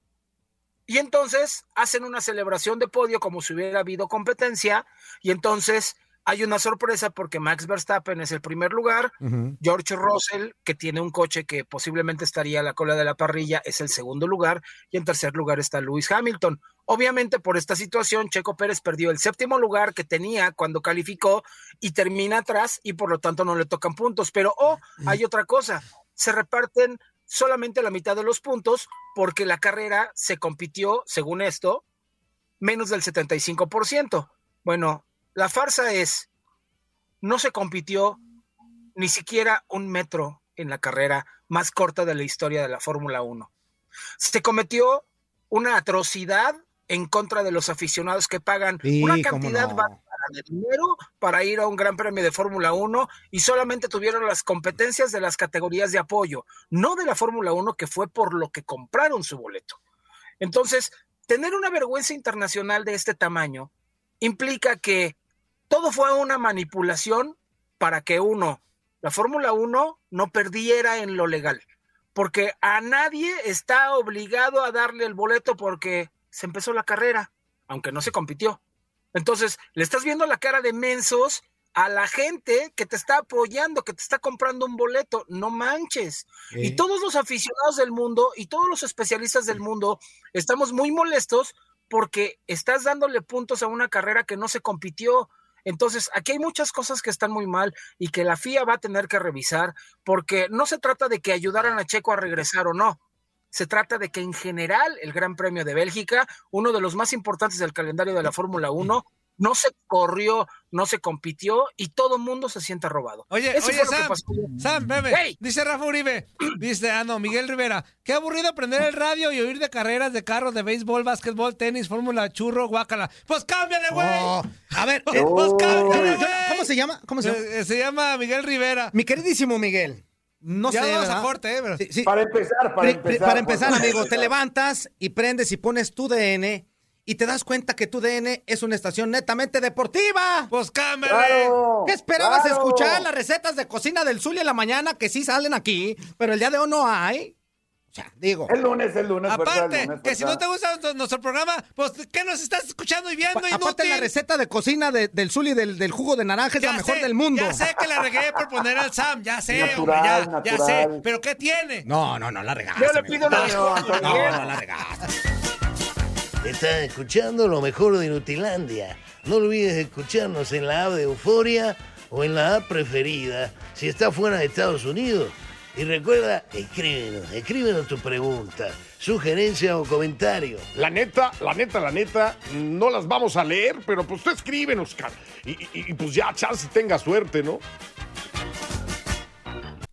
Speaker 6: Y entonces hacen una celebración de podio como si hubiera habido competencia y entonces hay una sorpresa porque Max Verstappen es el primer lugar,
Speaker 10: Ujú.
Speaker 6: George Russell, que tiene un coche que posiblemente estaría a la cola de la parrilla, es el segundo lugar, y en tercer lugar está Lewis Hamilton. Obviamente por esta situación, Checo Pérez perdió el séptimo lugar que tenía cuando calificó y termina atrás y por lo tanto no le tocan puntos. Pero, oh, hay otra cosa, se reparten solamente la mitad de los puntos porque la carrera se compitió, según esto, menos del 75%. Bueno, la farsa es, no se compitió ni siquiera un metro en la carrera más corta de la historia de la Fórmula 1. Se cometió una atrocidad en contra de los aficionados que pagan
Speaker 10: Sí,
Speaker 6: una
Speaker 10: cómo
Speaker 6: cantidad
Speaker 10: no.
Speaker 6: bárbara de dinero para ir a un gran premio de Fórmula 1 y solamente tuvieron las competencias de las categorías de apoyo, no de la Fórmula 1 que fue por lo que compraron su boleto. Entonces, tener una vergüenza internacional de este tamaño implica que todo fue una manipulación para que uno, la Fórmula 1, no perdiera en lo legal. Porque a nadie está obligado a darle el boleto porque se empezó la carrera, aunque no se compitió. Entonces, le estás viendo la cara de mensos a la gente que te está apoyando, que te está comprando un boleto, no manches.
Speaker 10: Sí.
Speaker 6: Y todos los aficionados del mundo y todos los especialistas del mundo estamos muy molestos porque estás dándole puntos a una carrera que no se compitió. Entonces, aquí hay muchas cosas que están muy mal y que la FIA va a tener que revisar porque no se trata de que ayudaran a Checo a regresar o no. Se trata de que en general el Gran Premio de Bélgica, uno de los más importantes del calendario de la Fórmula 1, no se corrió, no se compitió y todo el mundo se siente robado.
Speaker 3: Oye,
Speaker 6: Eso
Speaker 3: oye,
Speaker 6: fue lo que
Speaker 3: Sam,
Speaker 6: pasó.
Speaker 3: Sam, bebé,
Speaker 6: Hey.
Speaker 3: dice Rafa Uribe, dice, ah, no, Miguel Rivera, qué aburrido aprender el radio y oír de carreras de carros, de béisbol, básquetbol, tenis, fórmula, churro, guácala. Pues cámbiale, güey.
Speaker 5: Oh, a ver,
Speaker 3: Eh, pues cámbiale,
Speaker 5: yo-
Speaker 3: güey.
Speaker 5: ¿cómo se llama? ¿Cómo se llama?
Speaker 3: Eh, eh, se llama Miguel Rivera.
Speaker 5: Mi queridísimo Miguel, no
Speaker 3: ya
Speaker 5: sé.
Speaker 3: vamos
Speaker 5: ¿verdad?
Speaker 3: a corte, eh, pero...
Speaker 5: Sí, sí.
Speaker 4: Para empezar, para
Speaker 5: Pre- pre-
Speaker 4: empezar. pues.
Speaker 5: para empezar,
Speaker 4: Juan,
Speaker 5: amigo, te
Speaker 4: para empezar.
Speaker 5: levantas y prendes y pones tu DN y te das cuenta que tu DN es una estación netamente deportiva.
Speaker 3: Pues cámbiale.
Speaker 4: Claro,
Speaker 5: ¿Qué esperabas
Speaker 4: claro.
Speaker 5: escuchar las recetas de cocina del Zulia en la mañana que sí salen aquí, pero el día de hoy no hay? O sea, digo.
Speaker 4: El lunes, el lunes. ¿verdad? El
Speaker 3: Aparte,
Speaker 4: lunes, pues,
Speaker 3: que si no
Speaker 4: ¿verdad?
Speaker 3: te gusta nuestro- nuestro programa, pues ¿qué nos estás escuchando y viendo,
Speaker 5: pa- aparte la
Speaker 3: inútil?
Speaker 5: receta de cocina de- del Zulia y del, del jugo de naranja es la mejor
Speaker 3: sé,
Speaker 5: del mundo.
Speaker 3: Ya sé que la regué por poner al Sam, ya sé,
Speaker 4: Natural,
Speaker 3: hombre, ya, ya
Speaker 4: natural.
Speaker 3: sé. Pero ¿qué tiene?
Speaker 5: No, no, no, la regaste.
Speaker 6: Yo le
Speaker 5: amigo.
Speaker 6: pido una
Speaker 4: No,
Speaker 6: disculpa.
Speaker 4: Antonio.
Speaker 5: No, no, la regaste.
Speaker 10: Estás escuchando lo mejor de Nutilandia. No olvides escucharnos en la app de Euforia o en la app preferida si estás fuera de Estados Unidos. Y recuerda, escríbenos, escríbenos tu pregunta, sugerencia o comentario.
Speaker 11: La neta, la neta, la neta, no las vamos a leer, pero pues tú escríbenos, Oscar. Y, y- y, pues ya, chance tenga suerte, ¿no?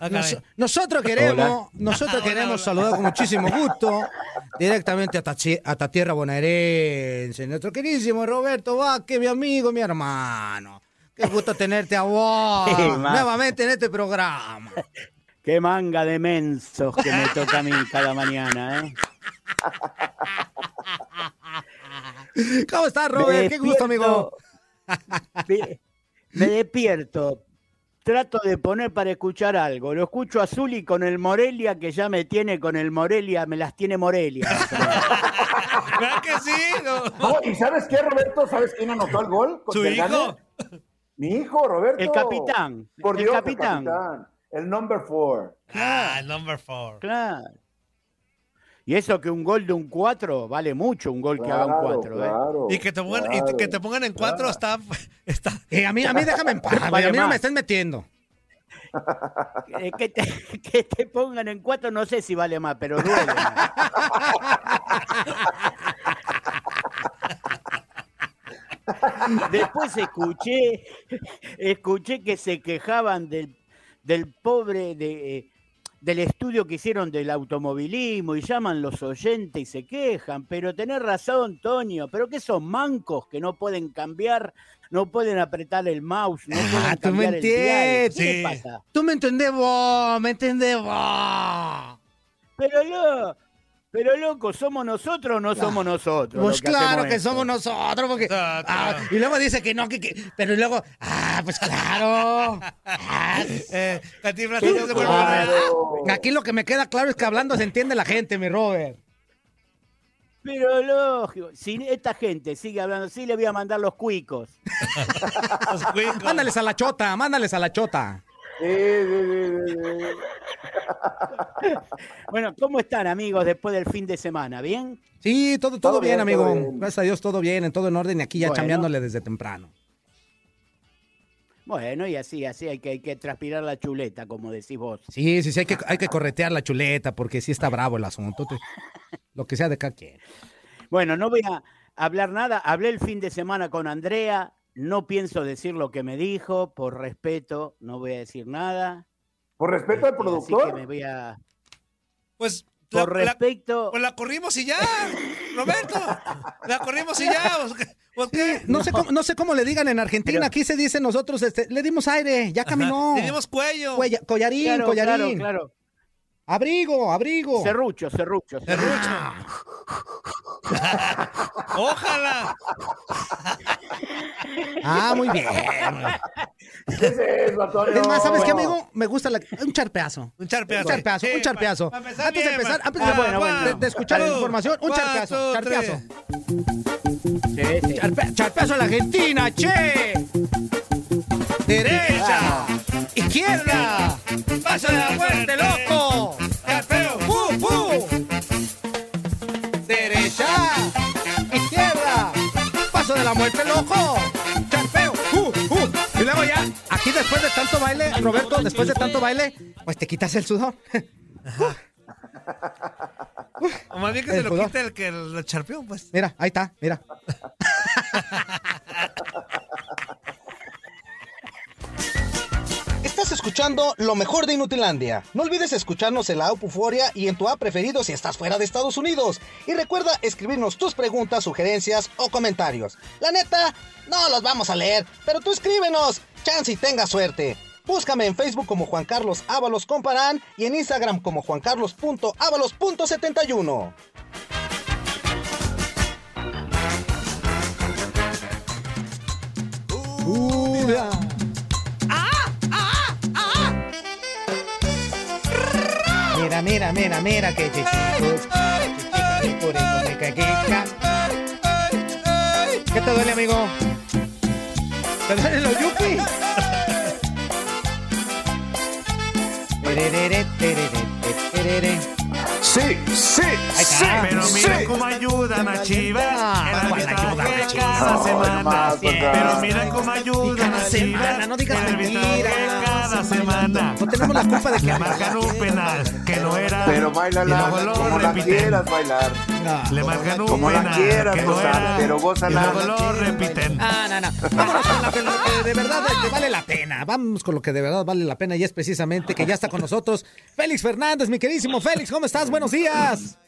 Speaker 5: Nos- nosotros queremos,
Speaker 12: Ah, Hola.
Speaker 5: nosotros queremos saludar con muchísimo gusto directamente hasta, chi- hasta tierra bonaerense, nuestro queridísimo Roberto Vázquez, mi amigo, mi hermano. Qué gusto tenerte a vos
Speaker 13: Sí, ma.
Speaker 5: nuevamente en este programa.
Speaker 13: Qué manga de mensos que me toca a mí cada mañana, ¿eh?
Speaker 5: ¿Cómo estás, Robert? Qué gusto, amigo.
Speaker 13: Me, me despierto. Trato de poner para escuchar algo. Lo escucho a Zuli con el Morelia, que ya me tiene con el Morelia, me las tiene Morelia.
Speaker 3: ¿Verdad que sí?
Speaker 4: No, ¿Y sabes qué, Roberto? ¿Sabes quién anotó el gol?
Speaker 13: ¿Su
Speaker 4: del
Speaker 13: hijo?
Speaker 4: Gane? Mi hijo, Roberto.
Speaker 13: El capitán,
Speaker 4: Por
Speaker 13: el
Speaker 4: Dios,
Speaker 13: capitán.
Speaker 4: el capitán. El number four.
Speaker 13: Ah, el number four. Claro. Y eso que un gol de un 4 vale mucho, un gol que haga un ¿eh?
Speaker 3: Claro,
Speaker 13: 4.
Speaker 4: ¿eh?
Speaker 3: claro, Y que te pongan- y que te pongan en 4 está, está.
Speaker 5: Eh, a mí, a mí déjame en paz,
Speaker 13: Vale
Speaker 5: a mí no
Speaker 13: más.
Speaker 5: me estén metiendo.
Speaker 13: Eh, que, te, que te pongan en cuatro, no sé si vale más, pero duele. Después escuché, escuché que se quejaban del, del pobre de, eh, del estudio que hicieron del automovilismo y llaman los oyentes y se quejan, pero tenés razón, Toño, pero que son mancos que no pueden cambiar, no pueden apretar el mouse, no pueden
Speaker 5: Ah, Tú me
Speaker 13: cambiar el dial.
Speaker 5: entiendes.
Speaker 13: ¿Qué les pasa?
Speaker 5: Tú me entendés vos, me entendés vos.
Speaker 13: Pero lo, pero loco, ¿somos nosotros o no somos nosotros?
Speaker 5: Pues
Speaker 13: los que
Speaker 5: claro
Speaker 13: hacemos
Speaker 5: que
Speaker 13: esto?
Speaker 5: somos nosotros, porque. Ah, y luego dice que no, que, que- Pero y luego. Ah, pues claro.
Speaker 3: Eh, Cantinflas,
Speaker 5: Qué
Speaker 3: no se vuelve a
Speaker 5: bárbaro.
Speaker 3: ver.
Speaker 5: Aquí lo que me queda claro es que hablando se entiende la gente, mi Robert.
Speaker 13: Pero lógico, si esta gente sigue hablando así, le voy a mandar los cuicos.
Speaker 5: mándales a la chota, mándales a la chota.
Speaker 13: bueno, ¿cómo están, amigos, después del fin de semana? ¿Bien?
Speaker 5: Sí, todo, todo,
Speaker 13: Todo
Speaker 5: bien,
Speaker 13: bien,
Speaker 5: amigo.
Speaker 13: todo bien.
Speaker 5: Gracias a Dios, todo bien, en todo en orden, y aquí ya
Speaker 13: Bueno.
Speaker 5: chambeándole desde temprano.
Speaker 13: Bueno, y así, así hay que, hay que transpirar la chuleta, como decís vos.
Speaker 5: Sí, sí, sí, hay que, hay que corretear la chuleta, porque sí está bravo el asunto. tú- Lo que sea de cada quien.
Speaker 13: Bueno, no voy a hablar nada. Hablé el fin de semana con Andrea. No pienso decir lo que me dijo. Por respeto, no voy a decir nada.
Speaker 4: Por respeto al
Speaker 13: Este, así
Speaker 4: productor.
Speaker 13: que me voy a-
Speaker 3: Pues
Speaker 13: Por
Speaker 3: la- la-
Speaker 13: respecto.
Speaker 3: Pues la corrimos y ya, Roberto. La corrimos y ya. ¿Vos qué- vos qué?
Speaker 5: No, sé cómo, no sé cómo le digan en Argentina, aquí se dice nosotros, este, le dimos aire, ya caminó.
Speaker 3: Le dimos cuello.
Speaker 5: Cuella- collarín,
Speaker 13: Claro,
Speaker 5: collarín.
Speaker 13: claro, claro.
Speaker 5: Abrigo, abrigo.
Speaker 13: Serrucho, serrucho.
Speaker 3: Ojalá.
Speaker 5: Ah, muy bien.
Speaker 4: ¿Qué es eso, Antonio?
Speaker 5: Es más, ¿sabes qué, amigo? Me gusta la- un charpeazo.
Speaker 3: Un charpeazo.
Speaker 5: Un charpeazo,
Speaker 3: Sí,
Speaker 5: un charpeazo.
Speaker 3: pa- pa empezar
Speaker 5: antes de
Speaker 3: bien,
Speaker 5: empezar,
Speaker 3: pa-
Speaker 5: antes de,
Speaker 3: Ah, bueno, bueno.
Speaker 5: de- de escuchar la
Speaker 3: Salud.
Speaker 5: información, un
Speaker 3: One,
Speaker 5: charpeazo,
Speaker 3: two,
Speaker 5: charpeazo.
Speaker 13: Sí, sí.
Speaker 5: Charpe- charpeazo a la Argentina, che. Derecha, izquierda, paso de la muerte, loco. Charpeo, fu, fu. Derecha, izquierda, paso de la muerte, loco. Charpeo, fu, fu. Y luego ya, aquí después de tanto baile, Roberto, después de tanto baile, pues te quitas el sudor.
Speaker 3: O más bien que
Speaker 5: El
Speaker 3: se lo
Speaker 5: jugador.
Speaker 3: quite el que lo charpeó, pues.
Speaker 5: Mira, ahí está, mira.
Speaker 2: Estás escuchando lo mejor de Inutilandia. No olvides escucharnos en la app Euforia y en tu app preferido si estás fuera de Estados Unidos. Y recuerda escribirnos tus preguntas, sugerencias o comentarios. La neta, no los vamos a leer, pero tú escríbenos. Chance y tenga suerte. Búscame en Facebook como Juan Carlos Ábalos Comparán y en Instagram como juancarlos.ábalos.71.
Speaker 5: Ah, Mira, mira, mira, mira que te ah, ¿Qué te duele, amigo? ¿Te duelen los yupis?
Speaker 11: Sí, sí, sí.
Speaker 3: Pero mira cómo ayudan a Chivas. El arbitraje cada semana. Pero mira cómo ayudan a Chivas. No digas mentiras. Cada semana. No tenemos la culpa de que marcan un penal que no era.
Speaker 4: Pero bailala
Speaker 3: Y luego lo
Speaker 4: como la
Speaker 3: repiten.
Speaker 4: quieras bailar.
Speaker 3: Le marcan un
Speaker 4: Como la
Speaker 3: penal
Speaker 4: quieras
Speaker 3: que no
Speaker 4: gozar,
Speaker 3: era.
Speaker 4: pero
Speaker 3: Y
Speaker 4: gózala.
Speaker 3: luego lo repiten.
Speaker 5: Ah, no, no. Vámonos con la que- lo que de verdad este, vale
Speaker 14: Ah.
Speaker 5: la pena. Vamos con lo que de verdad vale la pena y es precisamente que ya está con nosotros Félix Fernández, mi queridísimo Félix. ¿Cómo estás? Buenos días.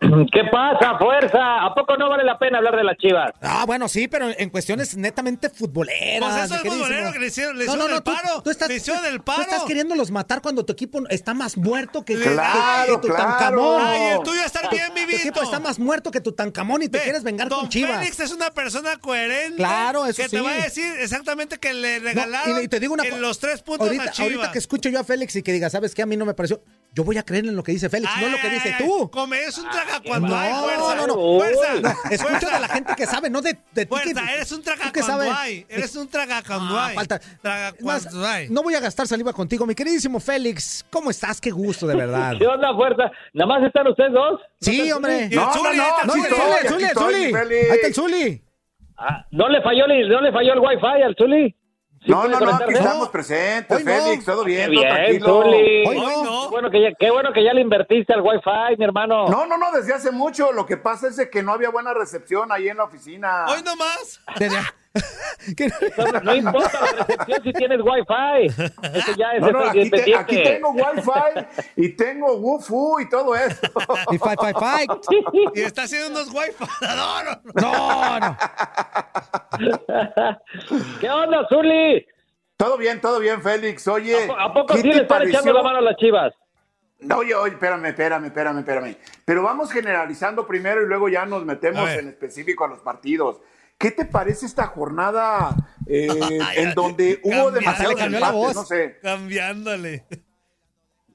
Speaker 14: ¿Qué pasa, fuerza? ¿A poco no vale la pena hablar de las chivas?
Speaker 5: Ah, bueno, sí, pero en cuestiones netamente futboleras.
Speaker 14: Pues eso
Speaker 5: mi
Speaker 14: es
Speaker 5: queridísimo.
Speaker 14: futbolero que le hicieron- le
Speaker 5: No,
Speaker 14: hicieron
Speaker 5: no, no,
Speaker 14: el
Speaker 5: tú-
Speaker 14: paro,
Speaker 5: Tú, estás,
Speaker 14: le hicieron
Speaker 5: tú-
Speaker 14: el
Speaker 5: tú
Speaker 14: paro.
Speaker 5: estás queriéndolos matar cuando tu equipo está más muerto que, que-
Speaker 14: Claro,
Speaker 5: que tu
Speaker 14: claro.
Speaker 5: Tutankamón.
Speaker 14: Ay, el
Speaker 3: tuyo va a estar
Speaker 5: Tu-
Speaker 3: bien
Speaker 5: Tu equipo está más muerto que tu Tutankamón y te quieres vengar con Chivas.
Speaker 3: Félix es una persona coherente.
Speaker 5: Claro, eso
Speaker 3: Que
Speaker 5: sí.
Speaker 3: te va a decir exactamente que le regalaron
Speaker 5: No, y, y te digo una
Speaker 3: en
Speaker 5: co-
Speaker 3: los tres puntos
Speaker 5: ahorita,
Speaker 3: a Chivas.
Speaker 5: ahorita que escucho yo a Félix y que diga, ¿sabes qué? A mí no me pareció. Yo voy a creer en lo que dice Félix, no lo que dice tú.
Speaker 3: Come, es un traga cuando
Speaker 5: Ah, no,
Speaker 3: hay fuerza.
Speaker 5: no, no,
Speaker 3: Fuerza.
Speaker 5: No, escucha de la gente que sabe, no de, de ti.
Speaker 3: Fuerza,
Speaker 5: que-
Speaker 3: eres un traga
Speaker 5: tú que
Speaker 3: cuando
Speaker 5: sabes.
Speaker 3: hay. Eres un traga cuando
Speaker 5: Ah,
Speaker 3: hay.
Speaker 5: falta.
Speaker 3: Traga
Speaker 5: Es más,
Speaker 3: cuando hay.
Speaker 5: no voy a gastar saliva contigo, mi queridísimo Félix. ¿Cómo estás? Qué gusto, de verdad.
Speaker 14: ¿Qué onda, fuerza? ¿Nada más están ustedes dos?
Speaker 5: Sí, hombre.
Speaker 14: Y el No, Zuli, no, no,
Speaker 5: No,
Speaker 14: aquí
Speaker 5: y el
Speaker 14: estoy,
Speaker 5: Zuli,
Speaker 14: aquí
Speaker 5: Zuli,
Speaker 14: estoy,
Speaker 5: Zuli.
Speaker 14: mi
Speaker 5: Ahí
Speaker 14: Félix.
Speaker 5: está el Zuli.
Speaker 14: Ah, ¿No le falló, el- no le falló el wifi al Zuli?
Speaker 4: No, no, no, aquí estamos presentes,
Speaker 14: Hoy no.
Speaker 4: Félix, todo
Speaker 14: Qué
Speaker 4: bien, todo
Speaker 14: bien,
Speaker 4: tranquilo.
Speaker 14: Zuli. Qué bueno, que ya, qué bueno que ya le invertiste al wifi, mi hermano.
Speaker 4: No, no, no, desde hace mucho. Lo que pasa es de que no había buena recepción ahí en la oficina.
Speaker 3: Hoy nomás.
Speaker 14: No importa la recepción si tienes wifi. Eso ya es
Speaker 4: No, no, aquí, te-
Speaker 14: independiente.
Speaker 4: aquí tengo wifi y tengo wufu y todo eso.
Speaker 5: Y fi, fi,
Speaker 3: Y
Speaker 5: fi.
Speaker 3: está haciendo unos wifi. No, no, no.
Speaker 14: ¿Qué onda, Zuli?
Speaker 4: Todo bien, todo bien, Félix. Oye,
Speaker 14: ¿A po- a poco
Speaker 4: ¿qué
Speaker 14: sí
Speaker 4: te
Speaker 14: le están
Speaker 4: pareció?
Speaker 14: echando la mano a las chivas?
Speaker 4: No, Oye, oye, espérame, espérame, espérame, espérame. Pero vamos generalizando primero y luego ya nos metemos en específico a los partidos. ¿Qué te parece esta jornada eh, en donde hubo demasiados empates? No sé.
Speaker 3: Cambiándole.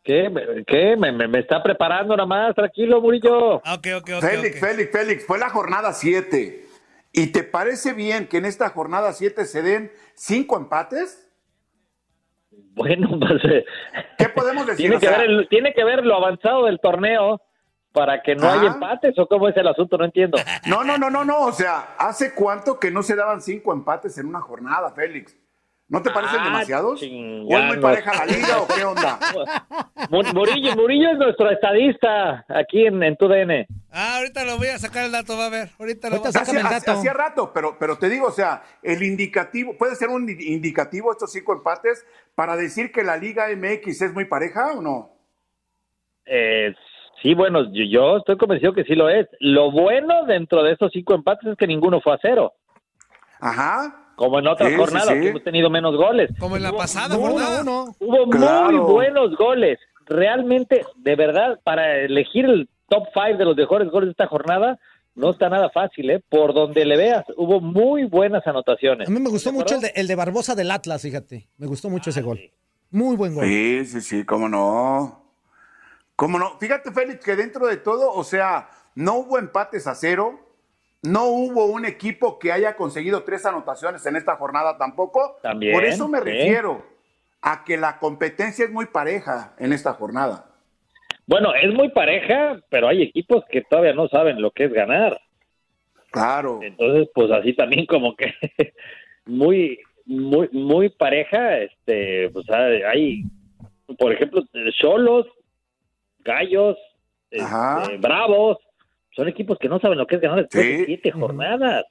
Speaker 14: ¿Qué? ¿Me- ¿Qué? Me, me- me está preparando nada más. Tranquilo, Murillo.
Speaker 4: Ah. Félix, Félix, Félix, fue la jornada 7. ¿Y te parece bien que en esta jornada 7 se den cinco empates?
Speaker 14: Bueno, pues... eh,
Speaker 4: ¿Qué podemos decir?
Speaker 14: Tiene
Speaker 4: O
Speaker 14: que,
Speaker 4: sea,
Speaker 14: ver el- tiene que ver lo avanzado del torneo para que no
Speaker 4: Ah.
Speaker 14: haya empates o cómo es el asunto, no entiendo.
Speaker 4: No, no, no, no, no. O sea, ¿hace cuánto que no se daban cinco empates en una jornada, Félix? ¿No te parecen
Speaker 14: Ah,
Speaker 4: demasiados? ¿O es muy
Speaker 14: chingados.
Speaker 4: pareja la liga o qué onda?
Speaker 14: Mu- Murillo, Murillo es nuestro estadista aquí en, en TUDN.
Speaker 3: Ah, ahorita lo voy a sacar el dato, va a ver. Ahorita lo voy a
Speaker 4: Hacía-
Speaker 3: sacar el
Speaker 4: Hacía
Speaker 3: dato.
Speaker 4: hacía rato, pero, pero te digo, o sea, el indicativo, ¿puede ser un indi- indicativo estos cinco empates para decir que la Liga MX es muy pareja o no?
Speaker 14: Eh, sí, bueno, yo, yo estoy convencido que sí lo es. Lo bueno dentro de esos cinco empates es que ninguno fue a cero.
Speaker 4: Ajá.
Speaker 14: Como en otras
Speaker 3: Sí, sí,
Speaker 14: jornadas,
Speaker 3: sí.
Speaker 14: que hemos tenido menos goles.
Speaker 3: Como en la pasada,
Speaker 14: no,
Speaker 3: ¿verdad?
Speaker 14: Hubo muy
Speaker 3: Claro.
Speaker 14: buenos goles. Realmente, de verdad, para elegir el top 5 de los mejores goles de esta jornada, no está nada fácil, ¿eh? Por donde le veas, hubo muy buenas anotaciones.
Speaker 5: A mí me gustó mucho el de, el de Barbosa del Atlas, fíjate. Me gustó mucho ese gol. Muy buen gol.
Speaker 4: Sí, sí, sí, cómo no. Cómo no. Fíjate, Félix, que dentro de todo, o sea, no hubo empates a cero, no hubo un equipo que haya conseguido tres anotaciones en esta jornada tampoco.
Speaker 14: También,
Speaker 4: Por eso me
Speaker 14: sí.
Speaker 4: refiero a que la competencia es muy pareja en esta jornada.
Speaker 14: Bueno, es muy pareja, pero hay equipos que todavía no saben lo que es ganar.
Speaker 4: Claro.
Speaker 14: Entonces, pues así también como que muy, muy, muy pareja, este, pues hay, hay, por ejemplo, Cholos, Gallos, este, Bravos, son equipos que no saben lo que es ganar después de siete jornadas. Entonces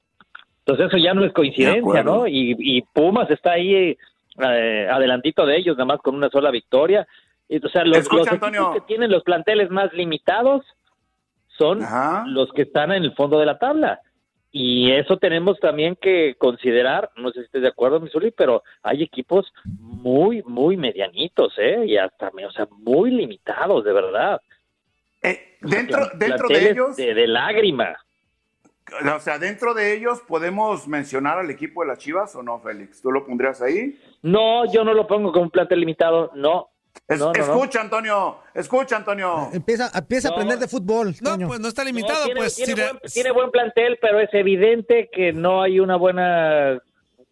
Speaker 14: Pues eso ya no es coincidencia,
Speaker 15: acuerdo.
Speaker 14: ¿no? Y, y Pumas está ahí eh, adelantito de ellos, nada más con una sola victoria. Y, o sea, los,
Speaker 15: Escucha,
Speaker 14: los equipos
Speaker 15: Antonio.
Speaker 14: que tienen los planteles más limitados son los que están en el fondo de la tabla. Y eso tenemos también que considerar, no sé si estés de acuerdo, Misuli, pero hay equipos muy, muy medianitos, ¿eh? Y hasta, o sea, muy limitados, de verdad.
Speaker 4: dentro- dentro de
Speaker 14: Planteles
Speaker 4: ellos-
Speaker 14: De, de lágrima.
Speaker 4: O sea, dentro de ellos podemos mencionar al equipo de las Chivas o no, Félix. ¿Tú lo pondrías ahí?
Speaker 14: No, yo no lo pongo como un plantel limitado, no. No, no, no.
Speaker 4: escucha, Antonio. Escucha, Antonio.
Speaker 5: Empieza, empieza a
Speaker 14: No.
Speaker 5: aprender de fútbol. No,
Speaker 3: pues no está
Speaker 14: limitado, tiene-
Speaker 3: pues,
Speaker 14: Tiene,
Speaker 3: si le-
Speaker 14: buen, tiene buen plantel, pero es evidente que no hay una buena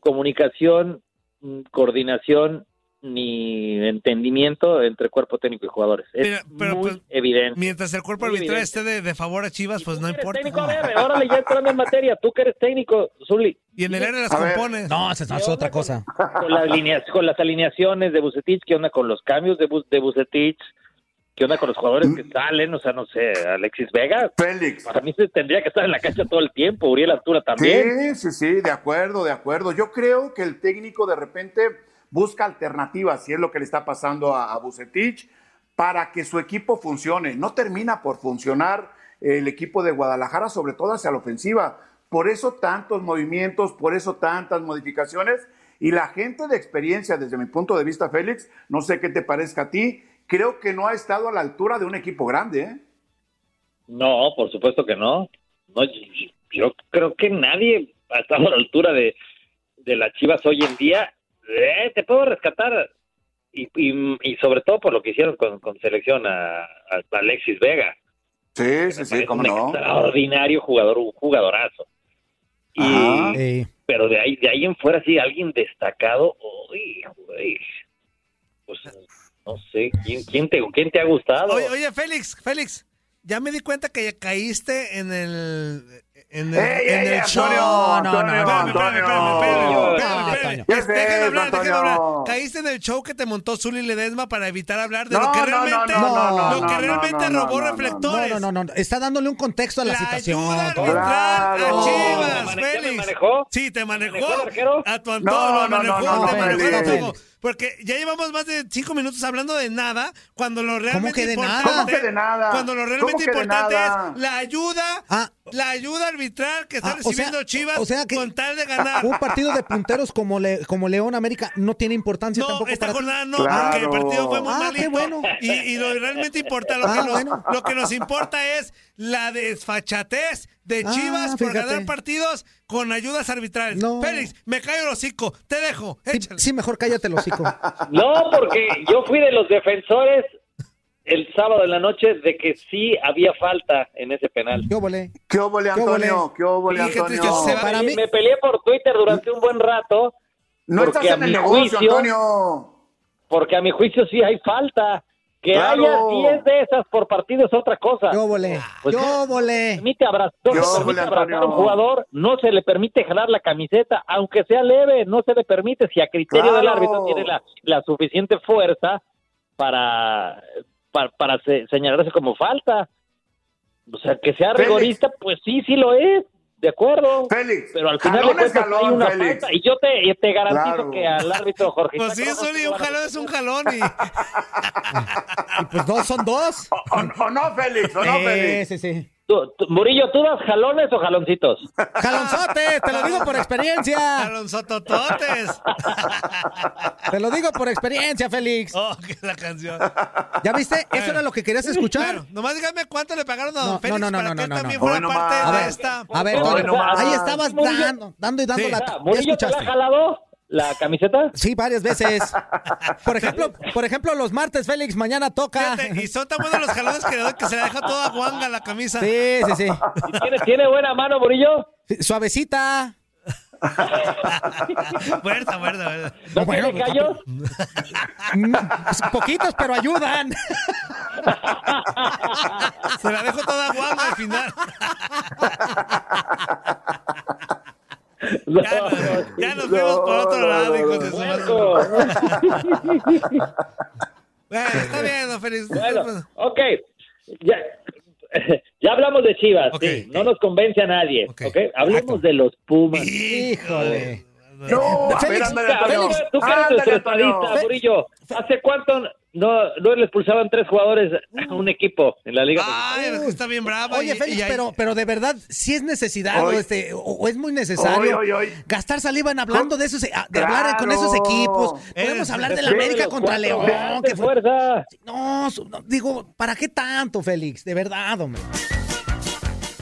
Speaker 14: comunicación, mm, coordinación ni entendimiento entre cuerpo técnico y jugadores. Es
Speaker 3: Mira, pero,
Speaker 14: muy
Speaker 3: pues,
Speaker 14: evidente.
Speaker 3: Mientras el cuerpo
Speaker 14: Muy
Speaker 3: arbitral
Speaker 14: evidente.
Speaker 3: esté de, de favor a Chivas, pues no importa.
Speaker 14: Espérame, Órale, ya entrando en materia, tú que eres técnico, Zuli.
Speaker 3: Y en el área las
Speaker 14: A ver.
Speaker 3: compones.
Speaker 5: No, esa es otra cosa.
Speaker 14: Con, la alinea- con las alineaciones de Bucetich, ¿qué onda con los cambios de, Bu- de Bucetich? ¿Qué onda con los jugadores que salen? O sea, no sé, Alexis Vega.
Speaker 4: Félix.
Speaker 14: Para mí se tendría que estar en la cancha todo el tiempo, Uriel Altura también.
Speaker 4: Sí, sí, sí, de acuerdo, de acuerdo. Yo creo que el técnico de repente busca alternativas, si es lo que le está pasando a, a Bucetich, para que su equipo funcione. No termina por funcionar el equipo de Guadalajara, sobre todo hacia la ofensiva. Por eso tantos movimientos, por eso tantas modificaciones. Y la gente de experiencia, desde mi punto de vista, Félix, no sé qué te parezca a ti, creo que no ha estado a la altura de un equipo grande. ¿eh?
Speaker 14: No, por supuesto que no. No, yo- yo creo que nadie ha estado a la altura de, de las Chivas hoy en día. Eh, te puedo rescatar. Y, y- y sobre todo por lo que hicieron con, con selección a, a Alexis Vega.
Speaker 4: Sí, sí, sí, cómo
Speaker 14: un
Speaker 4: no.
Speaker 14: extraordinario jugador, un jugadorazo. Y-
Speaker 4: Ajá.
Speaker 5: Eh,
Speaker 14: Pero de ahí, de ahí en fuera, sí, alguien destacado, uy, güey. Pues no sé, ¿quién, quién, te, ¿quién te ha gustado?
Speaker 3: Oye, oye, Félix, Félix, ya me di cuenta que ya caíste en el. En el,
Speaker 4: ¡Ey,
Speaker 3: en
Speaker 4: ey,
Speaker 3: el
Speaker 4: ey,
Speaker 3: show.
Speaker 4: Antonio,
Speaker 3: Espérame,
Speaker 4: Antonio,
Speaker 3: espérame,
Speaker 4: Antonio.
Speaker 3: espérame, espérame, espérame, espérame.
Speaker 4: ¿Qué es
Speaker 3: Déjame
Speaker 4: eso,
Speaker 3: hablar, déjame hablar.
Speaker 4: Antonio?
Speaker 3: Caíste en el show que te montó Zully Ledesma para evitar hablar de
Speaker 4: No,
Speaker 3: lo que
Speaker 4: no, no,
Speaker 3: realmente,
Speaker 4: no, no, no,
Speaker 3: lo que
Speaker 4: no,
Speaker 3: realmente
Speaker 4: no, no,
Speaker 3: robó
Speaker 4: no, no,
Speaker 3: reflectores.
Speaker 5: No, no, no, no. Está dándole un contexto a la, situación.
Speaker 3: Entrar
Speaker 4: Claro.
Speaker 3: a Chivas,
Speaker 14: ¿Me manejé,
Speaker 3: Félix.
Speaker 14: me Ah, manejó?
Speaker 3: Sí, te manejó.
Speaker 14: manejó el arquero?
Speaker 3: a tu
Speaker 4: No,
Speaker 3: Antonio,
Speaker 4: no,
Speaker 3: manejó,
Speaker 4: no, no,
Speaker 3: te
Speaker 4: no,
Speaker 3: manejó
Speaker 4: Félix.
Speaker 3: a todo. Porque ya llevamos más de cinco minutos hablando de nada, cuando lo realmente
Speaker 5: que de nada?
Speaker 3: importante,
Speaker 5: ¿Cómo
Speaker 4: que de nada?
Speaker 3: Cuando lo realmente
Speaker 4: ¿Cómo que de
Speaker 3: importante
Speaker 4: nada?
Speaker 3: es la ayuda,
Speaker 5: Ah.
Speaker 3: la ayuda arbitral que está
Speaker 5: Ah, o sea,
Speaker 3: recibiendo Chivas
Speaker 5: o sea que- ah,
Speaker 3: con tal de ganar.
Speaker 5: Un partido de punteros como, Le- como León América no tiene importancia
Speaker 3: No,
Speaker 5: tampoco
Speaker 3: esta
Speaker 5: para ti.
Speaker 3: jornada no,
Speaker 4: Claro.
Speaker 3: porque el partido fue muy
Speaker 5: Ah,
Speaker 3: malito.
Speaker 5: qué bueno.
Speaker 3: Y, y lo que realmente importa, lo,
Speaker 5: Ah,
Speaker 3: que nos,
Speaker 5: bueno.
Speaker 3: lo que nos importa es la desfachatez de
Speaker 5: Ah,
Speaker 3: Chivas por
Speaker 5: fíjate.
Speaker 3: ganar partidos con ayudas arbitrales.
Speaker 5: No.
Speaker 3: Félix, me callo el hocico, te dejo,
Speaker 5: Sí,
Speaker 3: échale.
Speaker 5: sí, mejor cállate el hocico.
Speaker 14: No, porque yo fui de los defensores el sábado en la noche de que sí había falta en ese penal.
Speaker 5: Yo volé.
Speaker 4: ¿Qué óvole,
Speaker 5: ¿Qué óvole?
Speaker 4: Antonio? ¿Qué óvole,
Speaker 3: Y qué
Speaker 4: Antonio?
Speaker 3: tristeza se va.
Speaker 5: Para
Speaker 14: Y
Speaker 5: mí,
Speaker 14: me peleé por Twitter durante un buen rato
Speaker 4: No estás
Speaker 14: Porque a
Speaker 4: en el
Speaker 14: mi
Speaker 4: negocio,
Speaker 14: juicio-
Speaker 4: Antonio.
Speaker 14: porque a mi juicio sí hay falta. Que
Speaker 4: Claro.
Speaker 14: haya 10 de esas por partido es otra cosa.
Speaker 5: yo volé.
Speaker 14: Pues
Speaker 5: Yo
Speaker 14: ya.
Speaker 5: volé.
Speaker 14: permite abrazar, no se
Speaker 4: Yo,
Speaker 14: permite
Speaker 4: Julio Antonio.
Speaker 14: abrazar a un jugador, no se le permite jalar la camiseta, aunque sea leve, no se le permite si a criterio
Speaker 4: Claro.
Speaker 14: del árbitro tiene la, la suficiente fuerza para, para, para se- señalarse como falta. O sea, que sea
Speaker 4: Félix.
Speaker 14: rigorista, pues sí, sí lo es, de acuerdo.
Speaker 4: Félix,
Speaker 14: Pero al final
Speaker 4: jalón
Speaker 14: de
Speaker 4: es
Speaker 14: cuentas
Speaker 4: jalón,
Speaker 14: hay una
Speaker 4: Félix.
Speaker 14: falta. Y Eh, yo te, te garantizo
Speaker 4: Claro.
Speaker 14: que al árbitro Jorge.
Speaker 3: Pues sí, Zuli, un jalón es un jalón. Y,
Speaker 5: Y pues dos son dos.
Speaker 4: O, o- o no, Félix, o no,
Speaker 5: Sí,
Speaker 4: Félix.
Speaker 5: Eh, sí, sí.
Speaker 14: Tú- tú- Murillo, ¿tú das jalones o jaloncitos?
Speaker 5: Jalonzotes, te lo digo por experiencia.
Speaker 3: jalón sotototes.
Speaker 5: Te lo digo por experiencia, Félix.
Speaker 3: Oh, que la canción.
Speaker 5: ¿Ya viste? Eso era lo que querías escuchar.
Speaker 3: Claro, nomás dígame cuánto le pagaron a don
Speaker 5: No, no,
Speaker 3: Félix
Speaker 5: no, no,
Speaker 3: para
Speaker 5: no,
Speaker 3: que él
Speaker 5: no,
Speaker 3: también
Speaker 5: no.
Speaker 3: fuera
Speaker 4: Hoy nomás.
Speaker 3: parte de
Speaker 5: A ver,
Speaker 3: esta.
Speaker 5: a ver,
Speaker 14: Ay,
Speaker 5: Toño,
Speaker 4: no más.
Speaker 5: ahí estabas
Speaker 14: Murillo.
Speaker 5: dando, dando y dando
Speaker 3: Sí.
Speaker 5: la...
Speaker 14: Ah,
Speaker 5: ¿Ya
Speaker 14: ¿Murillo te la ha
Speaker 5: escuchaste?
Speaker 14: jalado la camiseta?
Speaker 5: Sí, varias veces. Por ejemplo, por ejemplo, los martes, Félix, mañana toca.
Speaker 3: Fíjate, y son tan buenos los jalones que le doy que se le deja toda guanga la camisa.
Speaker 5: Sí, sí, sí.
Speaker 14: ¿Y ¿Tiene, tiene buena mano, Murillo?
Speaker 5: Sí, Suavecita.
Speaker 3: Fuerza, fuerza, fuerza.
Speaker 14: ¿No
Speaker 5: Bueno,
Speaker 14: tiene
Speaker 5: pues,
Speaker 14: callos?
Speaker 5: Mm, Poquitos, pero ayudan.
Speaker 3: Se la dejo toda guanga al final.
Speaker 14: No,
Speaker 3: Ya, nos-
Speaker 14: no,
Speaker 3: ya nos fuimos por otro lado, hijos de su madre.
Speaker 14: Puerco.
Speaker 5: ah.
Speaker 3: Bueno, está bien, don Félix.
Speaker 14: Bueno, ok. Ya, ya hablamos de Chivas,
Speaker 3: Ok,
Speaker 14: sí. No nos convence a nadie.
Speaker 3: Ok.
Speaker 14: ok. Hablemos de los Pumas.
Speaker 5: Híjole.
Speaker 4: No, a ver,
Speaker 5: Félix,
Speaker 4: ándale, Antonio.
Speaker 14: Hablemos- Tú que eres
Speaker 4: Ándale,
Speaker 14: nuestro
Speaker 4: Antonio.
Speaker 14: estadista, Murillo. ¿Hace cuánto no, no le expulsaban tres jugadores a un equipo en la Liga?
Speaker 3: Ay, es que está bien bravo.
Speaker 5: Oye, Félix, pero, pero de verdad, si es necesidad
Speaker 4: Hoy.
Speaker 5: o, este, o- o es muy necesario
Speaker 4: Hoy, hoy, hoy.
Speaker 5: gastar saliva en hablando de esos, eh, de hablar
Speaker 4: Claro.
Speaker 5: con esos equipos. Podemos
Speaker 3: Eres-
Speaker 5: hablar de la
Speaker 14: Después de
Speaker 5: América
Speaker 14: los
Speaker 5: contra
Speaker 14: cuatro
Speaker 5: León.
Speaker 14: grandes
Speaker 5: Que fue...
Speaker 14: fuerza.
Speaker 5: no, su- no, digo, ¿para qué tanto, Félix? De verdad, hombre.